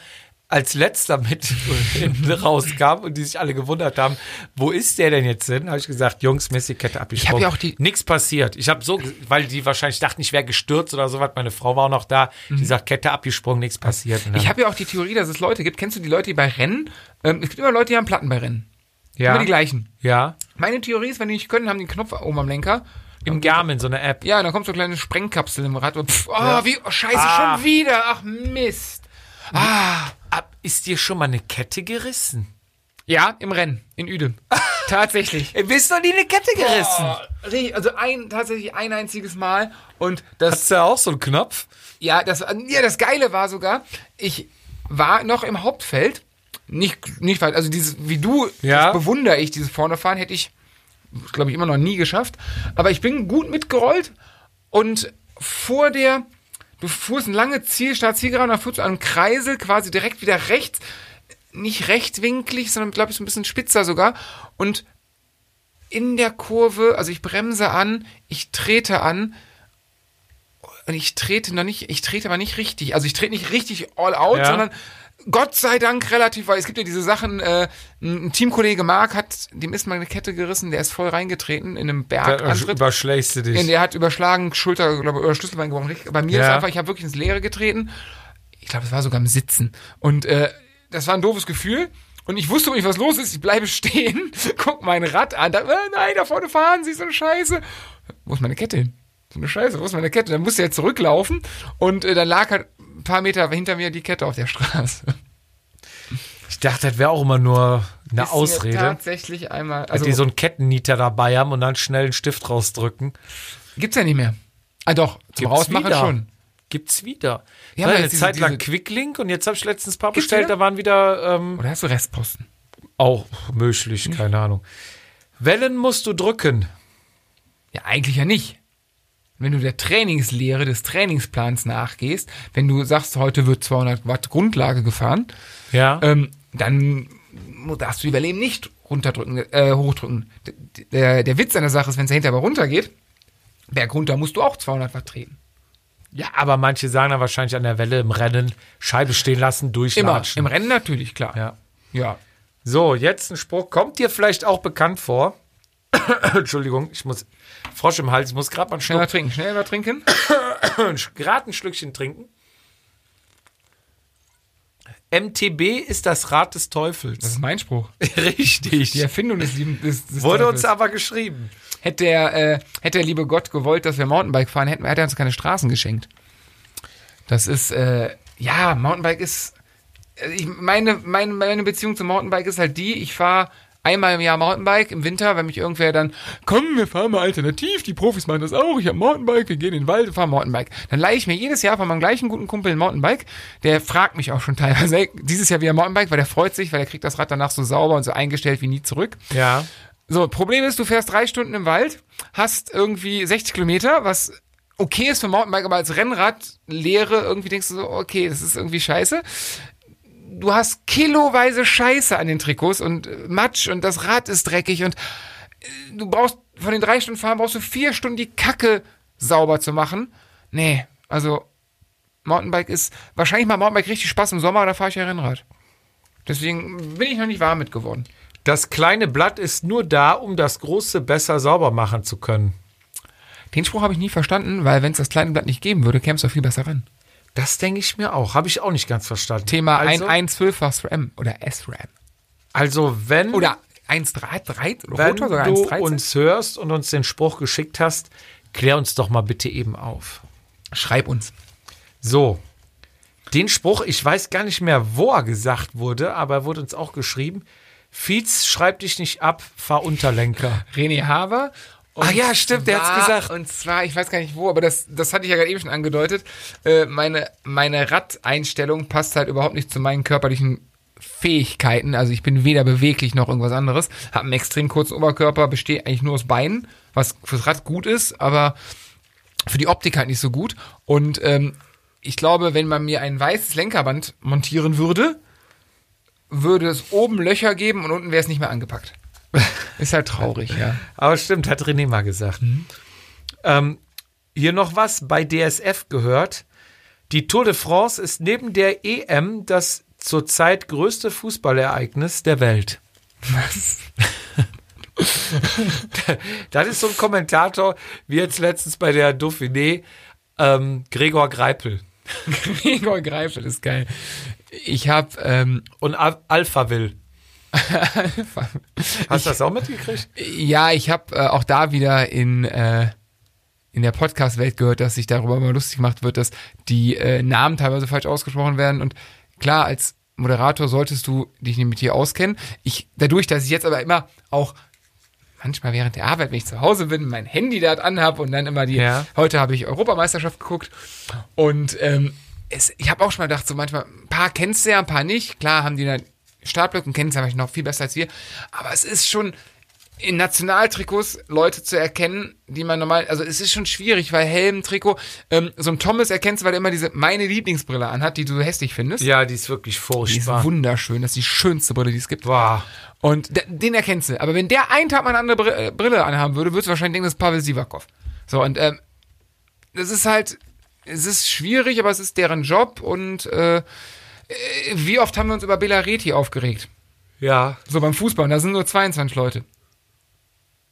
als letzter mit hinten rauskam und die sich alle gewundert haben, wo ist der denn jetzt hin? Habe ich gesagt, Jungs, mir ist die Kette abgesprungen. ja auch die- Nichts passiert. Ich habe so, ge- weil die wahrscheinlich dachten, ich wäre gestürzt oder sowas. Meine Frau war auch noch da. Die sagt, Kette abgesprungen, nichts passiert. Und Mhm. Ich dann- habe ja auch die Theorie, dass es Leute gibt. Kennst du die Leute, die bei Rennen? Ähm, es gibt immer Leute, die haben Platten bei Rennen. Immer die ja, gleichen. ja, Meine Theorie ist, wenn die nicht können, haben die einen Knopf oben am Lenker. im Garmin, so eine App. Ja, und dann kommt so eine kleine Sprengkapsel im Rad und pff, oh, wie, oh, scheiße, Ah. schon wieder, ach Mist. Ab, ist dir schon mal eine Kette gerissen? Ja, im Rennen, in Uedem. tatsächlich. Bist du nie eine Kette gerissen? Oh, richtig, also ein, tatsächlich ein einziges Mal und das, Hast du auch so einen Knopf? ja, das, ja, das Geile war sogar, ich war noch im Hauptfeld, nicht, nicht weit, also dieses, wie du, Ja. das bewundere ich, dieses Vornefahren, hätte ich, glaube ich, immer noch nie geschafft, aber ich bin gut mitgerollt und vor der, du fuhrst eine lange Zielstart, Zielgerade und dann fuhrst du an einem Kreisel quasi direkt wieder rechts, nicht rechtwinklig, sondern glaube ich so ein bisschen spitzer sogar und in der Kurve, also ich bremse an, ich trete an und ich trete noch nicht, ich trete aber nicht richtig, also ich trete nicht richtig all out, Ja. sondern Gott sei Dank relativ, weil es gibt ja diese Sachen, äh, ein Teamkollege Marc hat, dem ist mal eine Kette gerissen, der ist voll reingetreten in einem äh, Bergantritt. überschlägst du dich. Ja, der hat überschlagen, Schulter glaube, oder Schlüsselbein gebrochen. Richtig- Bei mir Ja. ist einfach, ich habe wirklich ins Leere getreten. Ich glaube, das war sogar im Sitzen. Und äh, das war ein doofes Gefühl. Und ich wusste nicht, was los ist. Ich bleibe stehen, guck mein Rad an. Da, äh, nein, da vorne fahren sie, so eine Scheiße. Wo ist meine Kette hin? So eine Scheiße, wo ist meine Kette? Dann musste er zurücklaufen. Und äh, dann lag halt ein paar Meter hinter mir die Kette auf der Straße. ich dachte, das wäre auch immer nur eine Ist mir Ausrede. Tatsächlich einmal. Also, Also, die so einen Kettennieter dabei haben und dann schnell einen Stift rausdrücken. gibt's ja nicht mehr. Ah, doch, zum Gibt's Rausmachen wieder. schon. gibt's wieder. Ja, Ja, aber eine jetzt diese- Zeit lang diese- Quicklink und jetzt habe ich letztens ein paar Gibt's bestellt, wieder? da waren wieder ähm, Oder hast du Restposten? auch möglich, keine Ahnung. Wellen musst du drücken. Ja, eigentlich ja nicht. Wenn du der Trainingslehre des Trainingsplans nachgehst, wenn du sagst, heute wird 200 Watt Grundlage gefahren, Ja. ähm, dann mu- darfst du die Welle eben nicht runterdrücken, äh, hochdrücken. D- Der, der Witz an der Sache ist, wenn es dahinter aber runtergeht, berg runter musst du auch 200 Watt treten. ja, aber manche sagen dann wahrscheinlich an der Welle im Rennen Scheibe stehen lassen, Immer. durchlatschen. Im Rennen natürlich, klar. Ja. ja. So, jetzt ein Spruch. Kommt dir vielleicht auch bekannt vor? Entschuldigung, ich muss Frosch im Hals, ich muss gerade mal einen Schnell mal Schluck, trinken, schnell mal trinken. gerade ein Schlückchen trinken. MTB ist das Rad des Das Teufels. ist mein Spruch. Richtig. Die Erfindung des lieben. Des, des Wurde Teufels. uns aber geschrieben. Hätte der, äh, hätte der liebe Gott gewollt, dass wir Mountainbike fahren, hätten, hätte er uns keine Straßen geschenkt. Das ist, äh, ja, Mountainbike ist, äh, ich, meine, meine, meine Beziehung zum Mountainbike ist halt die, ich fahre einmal im Jahr Mountainbike im Winter, wenn mich irgendwer dann, komm, wir fahren mal alternativ, die Profis machen das auch, ich habe Mountainbike, wir gehen in den Wald, wir fahren Mountainbike. Dann leihe ich mir jedes Jahr von meinem gleichen guten Kumpel ein Mountainbike, der fragt mich auch schon teilweise, ey, dieses Jahr wieder Mountainbike, weil der freut sich, weil der kriegt das Rad danach so sauber und so eingestellt wie nie zurück. Ja. So, Problem ist, du fährst drei Stunden im Wald, hast irgendwie 60 Kilometer, was okay ist für Mountainbike, aber als Rennradlehre irgendwie denkst du so, okay, das ist irgendwie scheiße. Du hast kiloweise Scheiße an den Trikots und äh, Matsch und das Rad ist dreckig und äh, du brauchst, von den drei Stunden fahren brauchst du vier Stunden die Kacke sauber zu machen. Nee, also Mountainbike ist, wahrscheinlich macht Mountainbike richtig Spaß im Sommer, da fahre ich ja Rennrad. Deswegen bin ich noch nicht warm mit geworden. Das kleine Blatt ist nur da, um das große besser sauber machen zu können. Den Spruch habe ich nie verstanden, weil wenn es das kleine Blatt nicht geben würde, käme es doch viel besser ran. Das denke ich mir auch. Habe ich auch nicht ganz verstanden. Thema also, ein ein Zwölffachs RAM oder SRAM. also wenn, Oder 1,3 oder wenn Rotor sogar du 1,13. uns hörst und uns den Spruch geschickt hast, klär uns doch mal bitte eben auf. Schreib uns. So. Den Spruch, ich weiß gar nicht mehr, wo er gesagt wurde, aber er wurde uns auch geschrieben. Fietz, schreib dich nicht ab, fahr Unterlenker. René Haver. Ah ja, stimmt, der hat's zwar- gesagt. Und zwar, ich weiß gar nicht wo, aber das, das hatte ich ja gerade eben schon angedeutet. Äh, meine, meine Radeinstellung passt halt überhaupt nicht zu meinen körperlichen Fähigkeiten. Also ich bin weder beweglich noch irgendwas anderes. Hab einen extrem kurzen Oberkörper, bestehe eigentlich nur aus Beinen, was fürs Rad gut ist, aber für die Optik halt nicht so gut. Und ähm, ich glaube, wenn man mir ein weißes Lenkerband montieren würde, würde es oben Löcher geben und unten wäre es nicht mehr angepackt. Ist halt traurig, ja. Aber stimmt, hat René mal gesagt. Mhm. Ähm, hier noch was bei DSF gehört. Die Tour de France ist neben der EM das zurzeit größte Fußballereignis der Welt. das ist so ein Kommentator, wie jetzt letztens bei der Dauphiné, ähm, Gregor Greipel Gregor Greifel ist geil. Ich habe ähm, und Al Alphaville. Hast du das auch mitgekriegt? ja, ich habe äh, auch da wieder in äh, in der Podcast-Welt gehört, dass sich darüber mal lustig gemacht wird, dass die äh, Namen teilweise falsch ausgesprochen werden. Und klar, als Moderator solltest du dich nämlich hier auskennen. Ich dadurch, dass ich jetzt aber immer auch manchmal während der Arbeit, wenn ich zu Hause bin, mein Handy da anhab und dann immer die. Ja. Heute habe ich Europameisterschaft geguckt und ähm, es, ich habe auch schon mal gedacht, so manchmal, ein paar kennst du ja, ein paar nicht. Klar haben die dann Startblöcken, kennen sie vielleicht noch viel besser als wir. Aber es ist schon in Nationaltrikots Leute zu erkennen, die man normal, also es ist schon schwierig, weil Helm, Trikot, ähm, so ein Thomas erkennst, du, weil er immer diese meine Lieblingsbrille anhat, die du hässlich findest. Ja, die ist wirklich Die ist furchtbar. wunderschön, das ist die schönste Brille, die es gibt. Boah. Und de- den erkennst du. Aber wenn der einen Tag mal eine andere Br- äh, Brille anhaben würde, würdest du wahrscheinlich denken, das ist Pavel Sivakov. So, und ähm, das ist halt, es ist schwierig, aber es ist deren Job. Und äh, äh, wie oft haben wir uns über Bela Reti aufgeregt? ja. So beim Fußball, und da sind nur 22 Leute.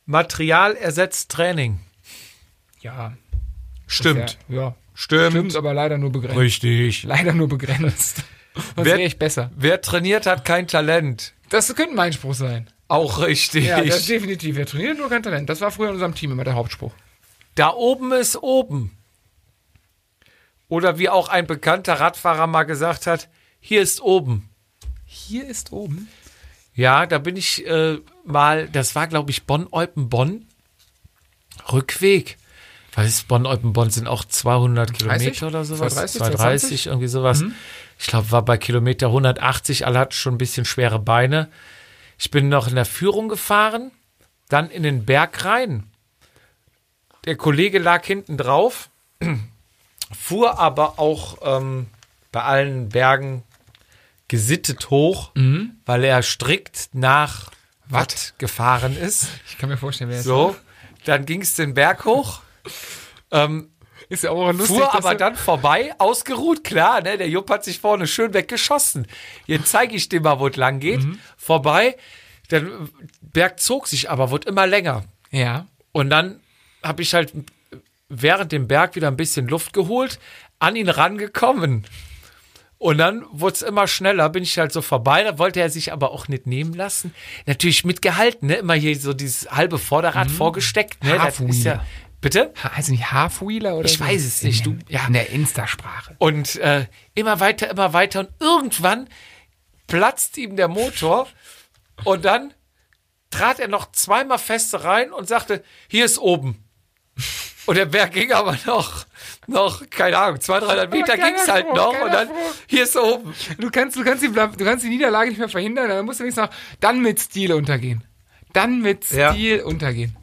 Material ersetzt Training. Ja. Stimmt. Ja, ja. Stimmt. Stimmt, aber leider nur begrenzt. Richtig. Leider nur begrenzt. Sonst Wer- wäre ich besser. Wer trainiert, hat kein Talent. Das könnte mein Spruch sein. Auch richtig. Ja, das definitiv. Wer trainiert nur kein Talent. Das war früher in unserem Team immer der Hauptspruch. da oben ist oben. Oder wie auch ein bekannter Radfahrer mal gesagt hat, hier ist oben. Hier ist oben. Ja, da bin ich äh, mal, das war glaube ich Bonn-Eupen-Bonn, Rückweg. weiß Bonn-Eupen-Bonn sind auch 200 Kilometer oder sowas. 230, 230, irgendwie sowas. Ich glaube, war bei Kilometer 180, alle hatten schon ein bisschen schwere Beine. Ich bin noch in der Führung gefahren, dann in den Berg rein. Der Kollege lag hinten drauf, fuhr aber auch ähm, bei allen Bergen gesittet hoch, Mhm. weil er strikt nach Watt gefahren ist. Ich kann mir vorstellen, wer so. So, dann ging es den Berg hoch. Ähm, ist ja auch lustig. fuhr dass aber du- dann vorbei, ausgeruht, klar, ne? Der Jupp hat sich vorne schön weggeschossen. Jetzt zeige ich dem mal, wo es lang geht. Mhm. Vorbei. Der Berg zog sich aber, wurde immer länger. Ja. Und dann habe ich halt während dem Berg wieder ein bisschen Luft geholt, an ihn rangekommen. Und dann wurde es immer schneller, bin ich halt so vorbei. Da wollte er sich aber auch nicht nehmen lassen. Natürlich mitgehalten, ne? Immer hier so dieses halbe Vorderrad vorgesteckt, ne? Das ist ja, Haarfuhr. bitte? Ha- Heißt nicht Halfwheeler oder Ich so? weiß es nicht, In, du- ja. In der Instasprache. Und äh, immer weiter, immer weiter. Und irgendwann platzt ihm der Motor. Und dann trat er noch zweimal feste rein und sagte, hier ist oben. Und der Berg ging aber noch, noch, keine Ahnung, 200, 300 Meter geiler ging es halt Spruch, noch. geiler Und dann, Spruch. hier ist oben. Du kannst, du, kannst die, Bla- du kannst die Niederlage nicht mehr verhindern, dann musst du wenigstens noch dann mit Stil untergehen. Dann mit Ja. Stil untergehen.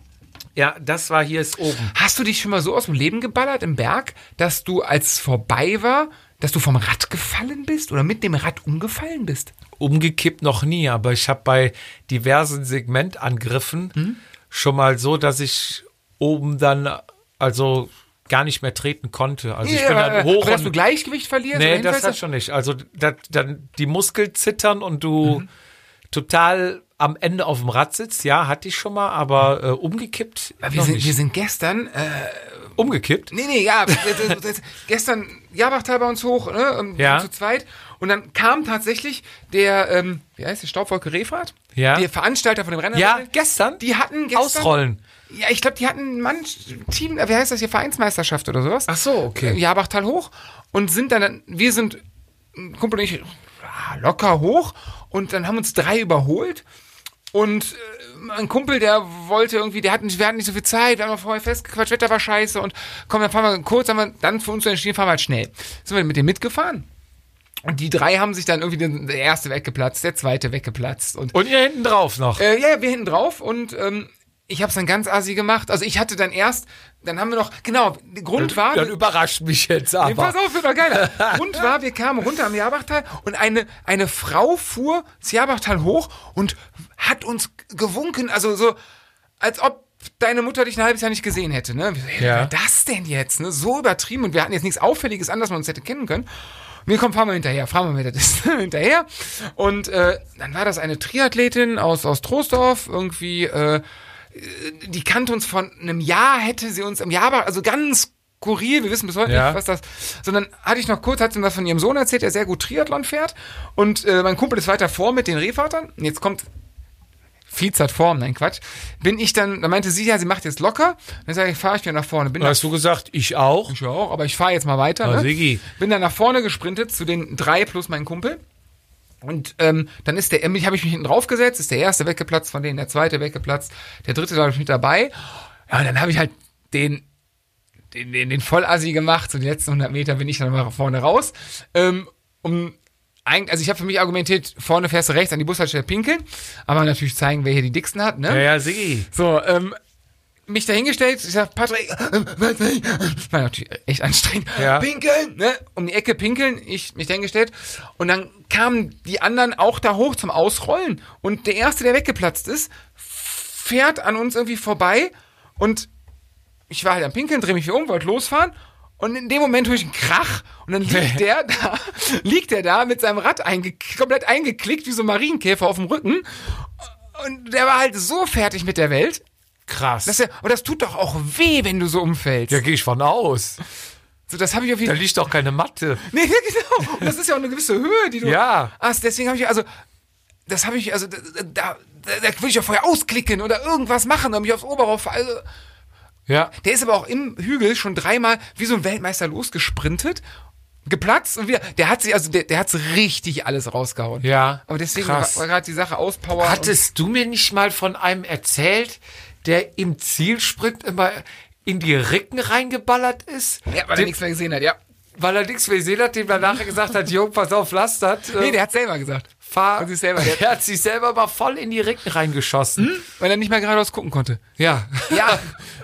Ja, das war hier ist oben. Hast du dich schon mal so aus dem Leben geballert im Berg, dass du, als es vorbei war, dass du vom Rad gefallen bist oder mit dem Rad umgefallen bist? Umgekippt noch nie, aber ich habe bei diversen Segmentangriffen Hm? schon mal so, dass ich oben dann, also gar nicht mehr treten konnte. Also ich bin dann hoch aber dass und- du Gleichgewicht verlierst? oder Nee, das hinfällst, hat schon nicht. Also da, dann die Muskeln zittern und Mhm. du total am Ende auf dem Rad sitzt. Ja, hatte ich schon mal, aber äh, umgekippt. Mhm. wir, noch sind, nicht. wir sind gestern, äh, umgekippt. nee, nee, ja, das- das- gestern Jabachtal bei uns hoch, ne, ähm, Ja. zu zweit. Und dann kam tatsächlich der, ähm, wie heißt der, Staubwolke Refrat? Ja. Der Veranstalter von dem Rennen. Ja, gestern. Die hatten gestern... Ausrollen. Ja, ich glaube, die hatten ein Mann, Team, äh, wie heißt das hier, Vereinsmeisterschaft oder sowas. Ach so, okay. Äh, Jabachtal hoch und sind dann, wir sind, ein Kumpel und ich, ah, locker hoch und dann haben uns drei überholt und äh, ein Kumpel, der wollte irgendwie, der hat nicht, wir hatten nicht so viel Zeit, wir haben noch vorher festgequatscht, Wetter war scheiße und komm, dann fahren wir kurz, haben wir dann für uns entschieden, fahren wir halt schnell. Sind wir mit dem mitgefahren. Und die drei haben sich dann irgendwie den, der erste weggeplatzt, der zweite weggeplatzt und Und ihr hinten drauf noch. äh, ja, ja, wir hinten drauf und ähm, ich hab's dann ganz assi gemacht. Also ich hatte dann erst, dann haben wir noch, genau, der Grund war... Dann überrascht mich jetzt Nee, pass aber. auf, wird doch geiler. Grund war, wir kamen runter am Jabachtal und eine, eine Frau fuhr das Jabachtal hoch und hat uns gewunken, also so, als ob deine Mutter dich ein halbes Jahr nicht gesehen hätte. Ne? Wir so, hey, Ja. wer das denn jetzt? Ne? So übertrieben und wir hatten jetzt nichts Auffälliges an, dass man uns hätte kennen können. Wir kommen, fahren wir hinterher, fahren wir mit der Distanz hinterher. Und äh, dann war das eine Triathletin aus, aus Troisdorf, irgendwie, äh, die kannte uns von einem Jahr, hätte sie uns im Jahr, aber- also ganz skurril, wir wissen bis heute Ja. nicht, was das, sondern hatte ich noch kurz, hat sie mir was von ihrem Sohn erzählt, der sehr gut Triathlon fährt und äh, mein Kumpel ist weiter vor mit den Rehvatern und jetzt kommt Fietz hat Form, nein Quatsch, bin ich dann, da meinte sie, ja, sie macht jetzt locker, dann sage ich, fahre ich wieder nach vorne, bin Dann hast du gesagt, ich auch. ich ja auch, aber ich fahre jetzt mal weiter. Na, Ne? Siggi. Bin dann nach vorne gesprintet zu den drei plus mein Kumpel. Und ähm, dann ist der, habe ich mich hinten draufgesetzt, ist der erste weggeplatzt von denen, der zweite weggeplatzt, der dritte glaube ich mit dabei. Ja, und dann habe ich halt den, den, den, den Vollassi gemacht. So die letzten 100 Meter bin ich dann mal vorne raus. Ähm, um eigentlich, also ich habe für mich argumentiert, vorne fährst du rechts an die Bushaltestelle pinkeln, aber natürlich zeigen, wer hier die dicksten hat. Ne? Ja, ja, Siggi. So, ähm, mich dahingestellt, ich sag, Patrick, Patrick, war natürlich echt anstrengend. Ja. Pinkeln, ne? Um die Ecke pinkeln, ich mich dahingestellt. Und dann kamen die anderen auch da hoch zum Ausrollen. Und der Erste, der weggeplatzt ist, fährt an uns irgendwie vorbei. Und ich war halt am Pinkeln, drehe mich hier um, wollte losfahren. Und in dem Moment höre ich einen Krach und dann liegt der da, liegt der da mit seinem Rad einge komplett eingeklickt wie so ein Marienkäfer auf dem Rücken. Und der war halt so fertig mit der Welt, Krass. das ist ja, und das tut doch auch weh, wenn du so umfällst. ja, gehe ich von aus. So, das habe ich auf Da jeden Fall. liegt doch keine Matte. Nee, genau. Und das ist ja auch eine gewisse Höhe, die du Ja. hast. Deswegen habe ich, also, das habe ich, also, da, da, da, da würde ich ja vorher ausklicken oder irgendwas machen, damit ich aufs Oberrohr falle. Also, Ja. der ist aber auch im Hügel schon dreimal wie so ein Weltmeister losgesprintet, geplatzt und wieder. Der hat sich, also, der, der hat richtig alles rausgehauen. Ja, Aber deswegen krass. war, war gerade die Sache Auspower. und- Hattest du mir nicht mal von einem erzählt, der im Zielsprint immer in die Ricken reingeballert ist, Ja, weil er nichts mehr gesehen hat, ja. weil er nichts mehr gesehen hat, dem er nachher gesagt hat, Jo, pass auf, lass das. Äh, Nee, der hat selber gesagt. fahr. hat sich selber- er hat sich selber mal voll in die Ricken reingeschossen. Weil er nicht mehr geradeaus gucken konnte. Ja. Ja,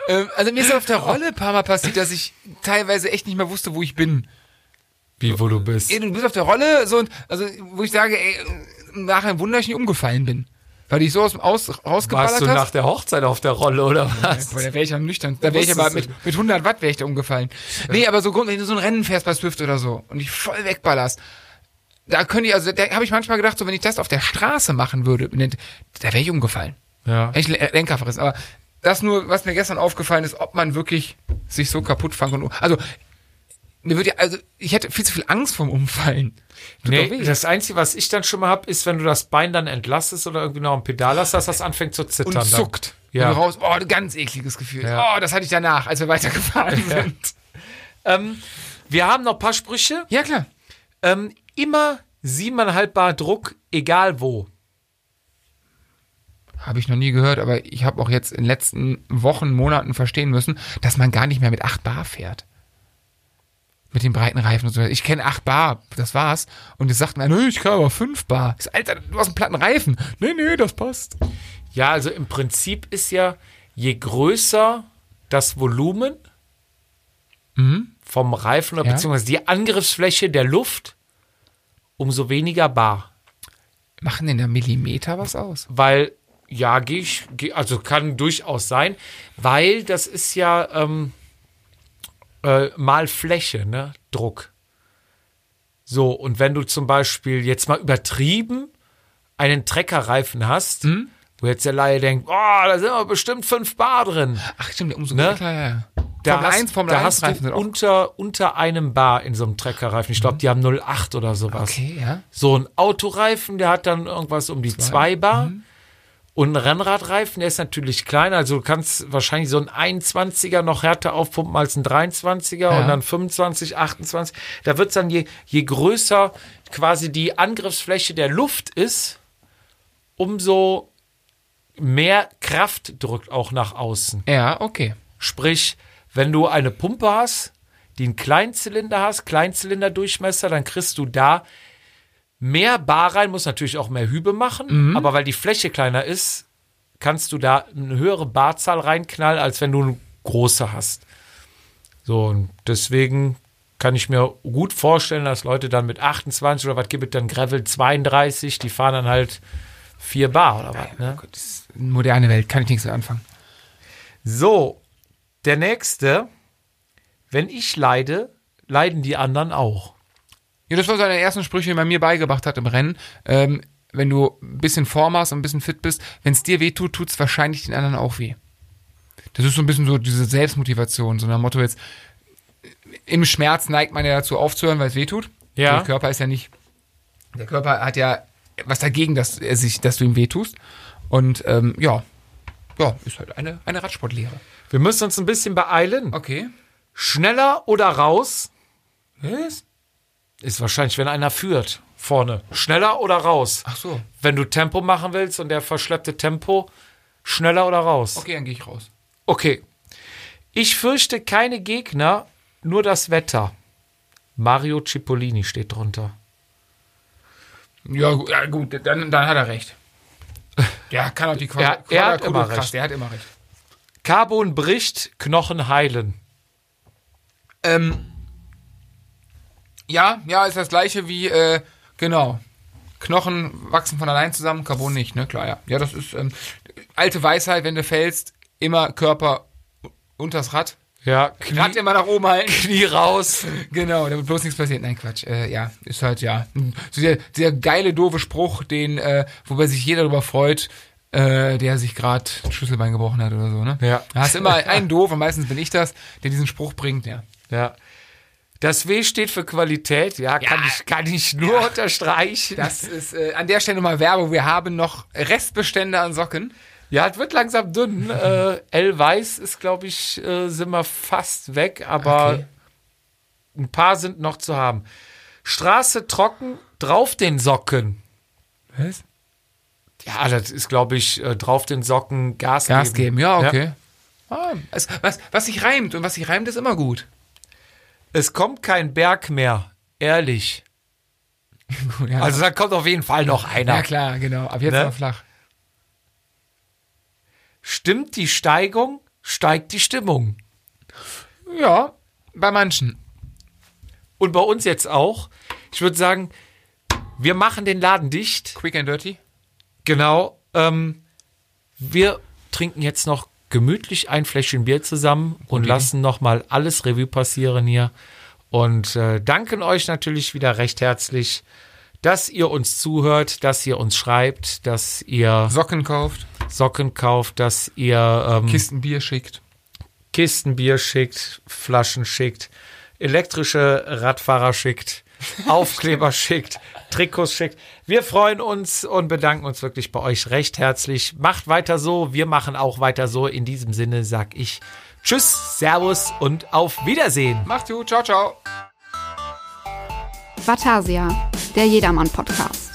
ähm, also mir ist auf der Rolle ein paar Mal passiert, dass ich teilweise echt nicht mehr wusste, wo ich bin. Wie wo du bist. Ey, du bist auf der Rolle, so und, also wo ich sage, ey, nachher wunderbar nicht umgefallen bin. Weil ich so aus dem Aus rausgeballert Warst du hast. nach der Hochzeit auf der Rolle oder was? Boah, da wäre ich am nüchtern. Da wäre ich Wusstest aber du. mit, mit 100 Watt wäre ich da umgefallen. Nee, aber so grundsätzlich, wenn du so ein Rennen fährst bei Swift oder so und dich voll wegballerst, da könnte ich, also da habe ich manchmal gedacht, so wenn ich das auf der Straße machen würde, ne, da wäre ich umgefallen. Ja. Echt Le- Lenker verrissen. Aber das nur, was mir gestern aufgefallen ist, ob man wirklich sich so kaputt fangen kann. Also, mir würde ja, also ich hätte viel zu viel Angst vom Umfallen. Tut doch Nee, weh. das Einzige, was ich dann schon mal hab, ist, wenn du das Bein dann entlastest oder irgendwie noch ein Pedal hast, dass das anfängt zu zittern. und dann. zuckt. Ja. Und du raus, oh, ein ganz ekliges Gefühl. Ja. Oh, das hatte ich danach, als wir weitergefahren Ja. sind. Ähm, wir haben noch ein paar Sprüche. Ja, klar. Ähm, immer siebeneinhalb Bar Druck, egal wo. Habe ich noch nie gehört, aber ich habe auch jetzt in den letzten Wochen, Monaten verstehen müssen, dass man gar nicht mehr mit 8 Bar fährt. Mit den breiten Reifen und so. Ich kenne 8 Bar, das war's. Und jetzt sagt man, nö, ich kann aber 5 Bar. Ich sag, Alter, du hast einen platten Reifen. Nee, nee, das passt. Ja, also im Prinzip ist ja, je größer das Volumen vom Reifen oder Mhm. Ja. beziehungsweise die Angriffsfläche der Luft, umso weniger Bar. Machen denn da Millimeter was aus? weil ja, gehe ich, geh, also kann durchaus sein, weil das ist ja ähm, äh, mal Fläche, ne? Druck. So, und wenn du zum Beispiel jetzt mal übertrieben einen Treckerreifen hast, Hm? wo jetzt der Laie denkt, oh, da sind aber bestimmt fünf Bar drin. Ach, stimmt, umso Ne? größer, ja, ja. Da Formel hast, 1, Formel da 1 hast Reifen sind du auch. Hm. unter, unter einem Bar in so einem Treckerreifen. Ich glaube, die haben 0,8 oder sowas. Okay, ja. So ein Autoreifen, der hat dann irgendwas um die 2 Bar. Und ein Rennradreifen, der ist natürlich kleiner. Also du kannst wahrscheinlich so einen 21er noch härter aufpumpen als ein 23er und dann 25, 28. Da wird es dann, je, je größer quasi die Angriffsfläche der Luft ist, umso mehr Kraft drückt auch nach außen. Ja, okay. Sprich, wenn du eine Pumpe hast, die einen Kleinzylinder hast, Kleinzylinderdurchmesser, dann kriegst du da mehr Bar rein, muss natürlich auch mehr Hübe machen, aber weil die Fläche kleiner ist, kannst du da eine höhere Barzahl reinknallen, als wenn du eine große hast. So, und deswegen kann ich mir gut vorstellen, dass Leute dann mit 28 oder was gibt es dann Gravel 32, die fahren dann halt 4 Bar oder was, ne? Gott, das ist eine moderne Welt, kann ich nichts mit anfangen. So, der nächste. Wenn ich leide, leiden die anderen auch. Ja, das war so einer der ersten Sprüche, die man mir beigebracht hat im Rennen. Ähm, wenn du ein bisschen Form hast und ein bisschen fit bist, wenn es dir weh tut, tut es wahrscheinlich den anderen auch weh. Das ist so ein bisschen so diese Selbstmotivation, so nach dem Motto jetzt, im Schmerz neigt man ja dazu aufzuhören, weil es weh tut. Ja. Der Körper ist ja nicht, der Körper hat ja was dagegen, dass, er sich, dass du ihm weh tust. Und ähm, ja, ja, ist halt eine, eine Radsportlehre. Wir müssen uns ein bisschen beeilen. Okay. Schneller oder raus? Was? Ist wahrscheinlich, wenn einer führt. Vorne. Schneller oder raus? Ach so. Wenn du Tempo machen willst und der verschleppte Tempo, schneller oder raus? Okay, dann gehe ich raus. okay. Ich fürchte keine Gegner, nur das Wetter. Mario Cipollini steht drunter. Ja, gu- ja gut, dann, dann hat er recht. Ja, kann auch die Qual Er- er hat immer recht. Der hat immer recht. Carbon bricht, Knochen heilen. Ähm, ja, ja, ist das gleiche wie, äh, genau. Knochen wachsen von allein zusammen, Carbon nicht, ne? Klar, ja. Ja, das ist ähm, alte Weisheit, wenn du fällst, immer Körper unters Rad. Ja, Rad Knie, immer nach oben halten. Knie raus. Genau, damit bloß nichts passiert. Nein, Quatsch. Äh, ja, ist halt, ja. So der, der geile, doofe Spruch, den, äh, wobei sich jeder darüber freut, äh, der sich gerade ein Schlüsselbein gebrochen hat oder so, ne? Ja. Da hast du immer einen doof und meistens bin ich das, der diesen Spruch bringt, ja. Ja. Das W steht für Qualität, ja, kann ich, kann ich nur unterstreichen. Das ist äh, an der Stelle nochmal Werbung. Wir haben noch Restbestände an Socken. ja, es wird langsam dünn. äh, L Weiß ist, glaube ich, äh, sind wir fast weg, aber Okay. ein paar sind noch zu haben. Straße trocken, drauf den Socken. Was? Ja, das ist, glaube ich, äh, drauf den Socken, Gas, Gas geben, ja, okay. Ah, es, was, was sich reimt und was sich reimt, ist immer gut. Es kommt kein Berg mehr, ehrlich. Ja, Also da kommt auf jeden Fall noch einer. ja klar, genau. Ab jetzt Ne? mal flach. Stimmt die Steigung, steigt die Stimmung. Ja, bei manchen. Und bei uns jetzt auch. Ich würde sagen, wir machen den Laden dicht. Quick and dirty. Genau. Ähm, wir trinken jetzt noch gemütlich ein Fläschchen Bier zusammen und lassen nochmal alles Revue passieren hier. Und äh, danken euch natürlich wieder recht herzlich, dass ihr uns zuhört, dass ihr uns schreibt, dass ihr Socken kauft, Hm. Socken kauft, dass ihr ähm, Kisten Bier schickt. Kisten Bier schickt, Flaschen schickt, elektrische Radfahrer schickt, Aufkleber schickt, Trikots schickt. Wir freuen uns und bedanken uns wirklich bei euch recht herzlich. Macht weiter so, wir machen auch weiter so. In diesem Sinne sag ich Tschüss, Servus und auf Wiedersehen. Macht's gut, ciao, ciao. Vatasia, der Jedermann-Podcast.